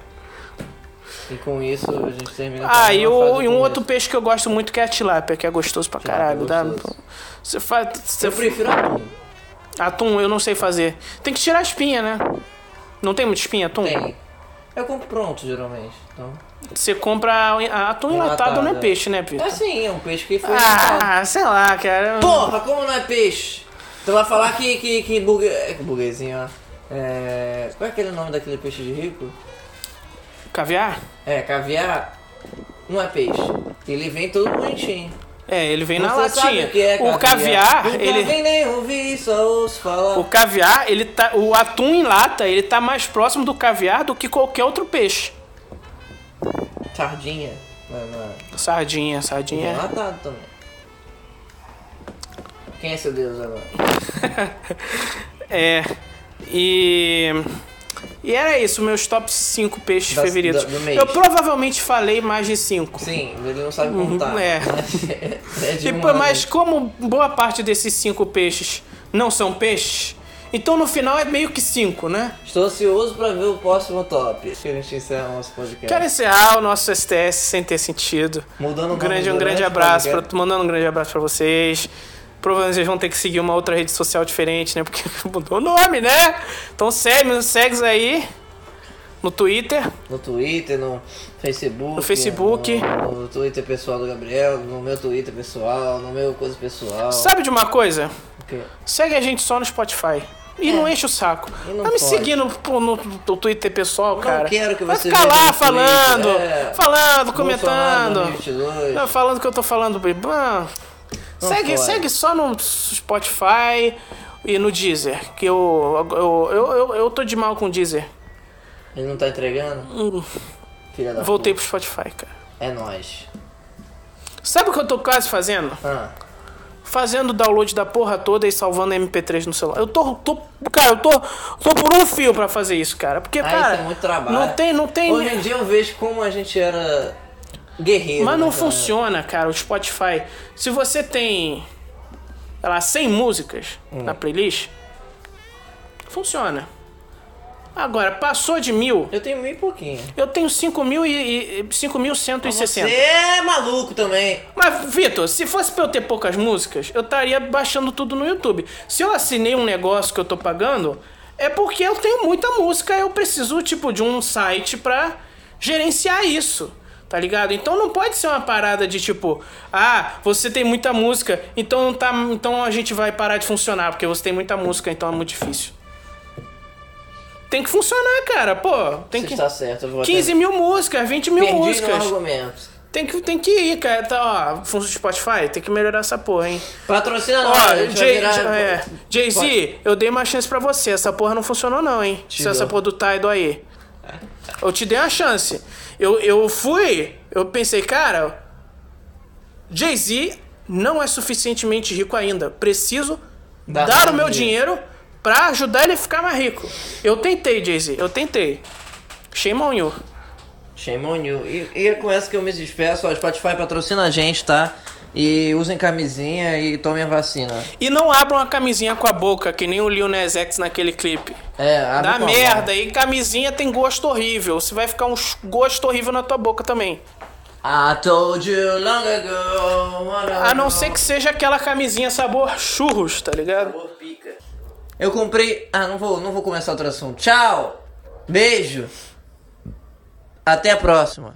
E com isso a gente termina. com
Ah, e,
é uma
o-
frase
e um
com
outro
isso.
peixe que eu gosto muito que é a tilápia, que é gostoso pra caralho. tá? Hum. dá-
Tá gostoso.
Você faz. Você
Eu prefiro a
Atum, eu não sei fazer. Tem que tirar a espinha, né? Não tem muita espinha, atum?
Tem. Eu compro pronto, geralmente. Então.
Você compra a- atum enlatado,
Enlatado,
não é
é.
peixe, né, Pito?
É assim, é um peixe que foi. enlatado.
Ah, sei lá, cara.
Porra, como não é peixe? Tu vai falar que. que, que burgue... é, que burguesinho, ó. É. Qual é aquele nome daquele peixe de rico?
Caviar?
É, caviar. Não é peixe. Ele vem todo bonitinho.
É, ele vem na
Você sabe
latinha.
o que é caviar?
caviar,
Nunca
ele.
vem nem ouvi, só ouço falar.
O caviar, ele tá. O atum em lata, ele tá mais próximo do caviar do que qualquer outro peixe.
Sardinha. Não, não é.
Sardinha, sardinha.
Enlatado também. Quem é seu Deus agora?
É. E. E era isso, meus top 5 peixes
Das-
favoritos.
da- do mês.
Eu provavelmente falei mais de 5.
Sim, ele não sabe contar. né?
é.
é de
Tipo,
humanos.
mas como boa parte desses cinco peixes não são peixes, então no final é meio que cinco, né?
Estou ansioso pra ver o próximo top. Acho que a gente encerra o nosso podcast.
Quero encerrar o nosso STS sem ter sentido.
Mudando
Um
o
grande,
nome
um
do
grande
grande
abraço, pra,
podcast.
mandando um grande abraço pra vocês. Provavelmente vocês vão ter que seguir uma outra rede social diferente, né? Porque mudou o nome, né? Então segue, nos segue aí no Twitter.
No Twitter, no Facebook.
No Facebook.
No, no Twitter pessoal do Gabriel, no meu Twitter pessoal, no meu coisa pessoal.
Sabe de uma coisa?
O quê?
Segue a gente só no Spotify. E não enche o saco.
É. E
Não
não
tá me
pode.
seguindo no, no, no Twitter pessoal, cara.
quero que
Vai
você
ficar
veja
lá
no Twitter,
falando,
é.
falando,
Bolsonaro,
comentando.
2022.
Não, falando o que eu tô falando, Bibi. Ah,
Não
segue,
pode.
segue só no Spotify e no Deezer. Que eu, eu, eu, eu, eu tô de mal com o Deezer.
Ele não tá entregando?
Hum,
Filha da
Voltei pro
puta.
Spotify, cara.
É nóis.
Sabe o que eu tô quase fazendo?
Ah,
Fazendo download da porra toda e salvando MP3 no celular. Eu tô. tô cara, eu tô. Tô por um fio pra fazer isso, cara. Porque,
Ah,
cara.
isso é muito trabalho.
Não tem, não tem. né?
hoje em dia eu vejo como a gente era guerreiro.
Mas
né,
não
cara?
funciona, cara, o Spotify. Se você tem, sei lá, 100 músicas na playlist, funciona. Agora, passou de mil,
Eu tenho meio pouquinho.
eu tenho 5.000 e, e 5.160.
Você é maluco também.
Mas, Vitor, se fosse pra eu ter poucas músicas, eu estaria baixando tudo no YouTube. Se eu assinei um negócio que eu tô pagando, é porque eu tenho muita música, eu preciso, tipo, de um site pra gerenciar isso. Tá ligado? Então não pode ser uma parada de tipo, ah, você tem muita música, então não tá, então a gente vai parar de funcionar, porque você tem muita música, então é muito difícil. Tem que funcionar, cara. Pô, tem
Você
que
está tá certo. Eu vou
15 mil músicas, 20 mil
Perdi no
músicas.
argumento.
Tem que, tem que ir, cara. Tá, ó, funciona Spotify, tem que melhorar essa porra, hein?
Patrocina nós. a
Ó,
gente vai
Jay-
virar-
é, Jay-Z, eu dei uma chance pra você. Essa porra não funcionou, não, hein?
Te
Se essa
dou.
porra do Tidal aí. Eu te dei uma chance. Eu, eu fui, eu pensei, cara, Jay-Z não é suficientemente rico ainda. Preciso
Dá
dar o
pra
meu
ele.
dinheiro pra ajudar ele a ficar mais rico. Eu tentei, Jay-Z, eu tentei. Shame on you.
Shame on you. E, e é com essa que eu me despeço. Ó, Spotify patrocina a gente, tá? E usem camisinha e tomem a vacina.
E não abram a camisinha com a boca, que nem o Lil Nas X naquele clipe.
É, abre
Dá
com a
merda, e camisinha tem gosto horrível. Você vai ficar um ch- gosto horrível na tua boca também.
mão. I told you long ago. what I
A não
know.
ser que seja aquela camisinha sabor churros, tá ligado?
Eu comprei. Ah, não vou, não vou começar outro assunto. Tchau! Beijo! Até a próxima!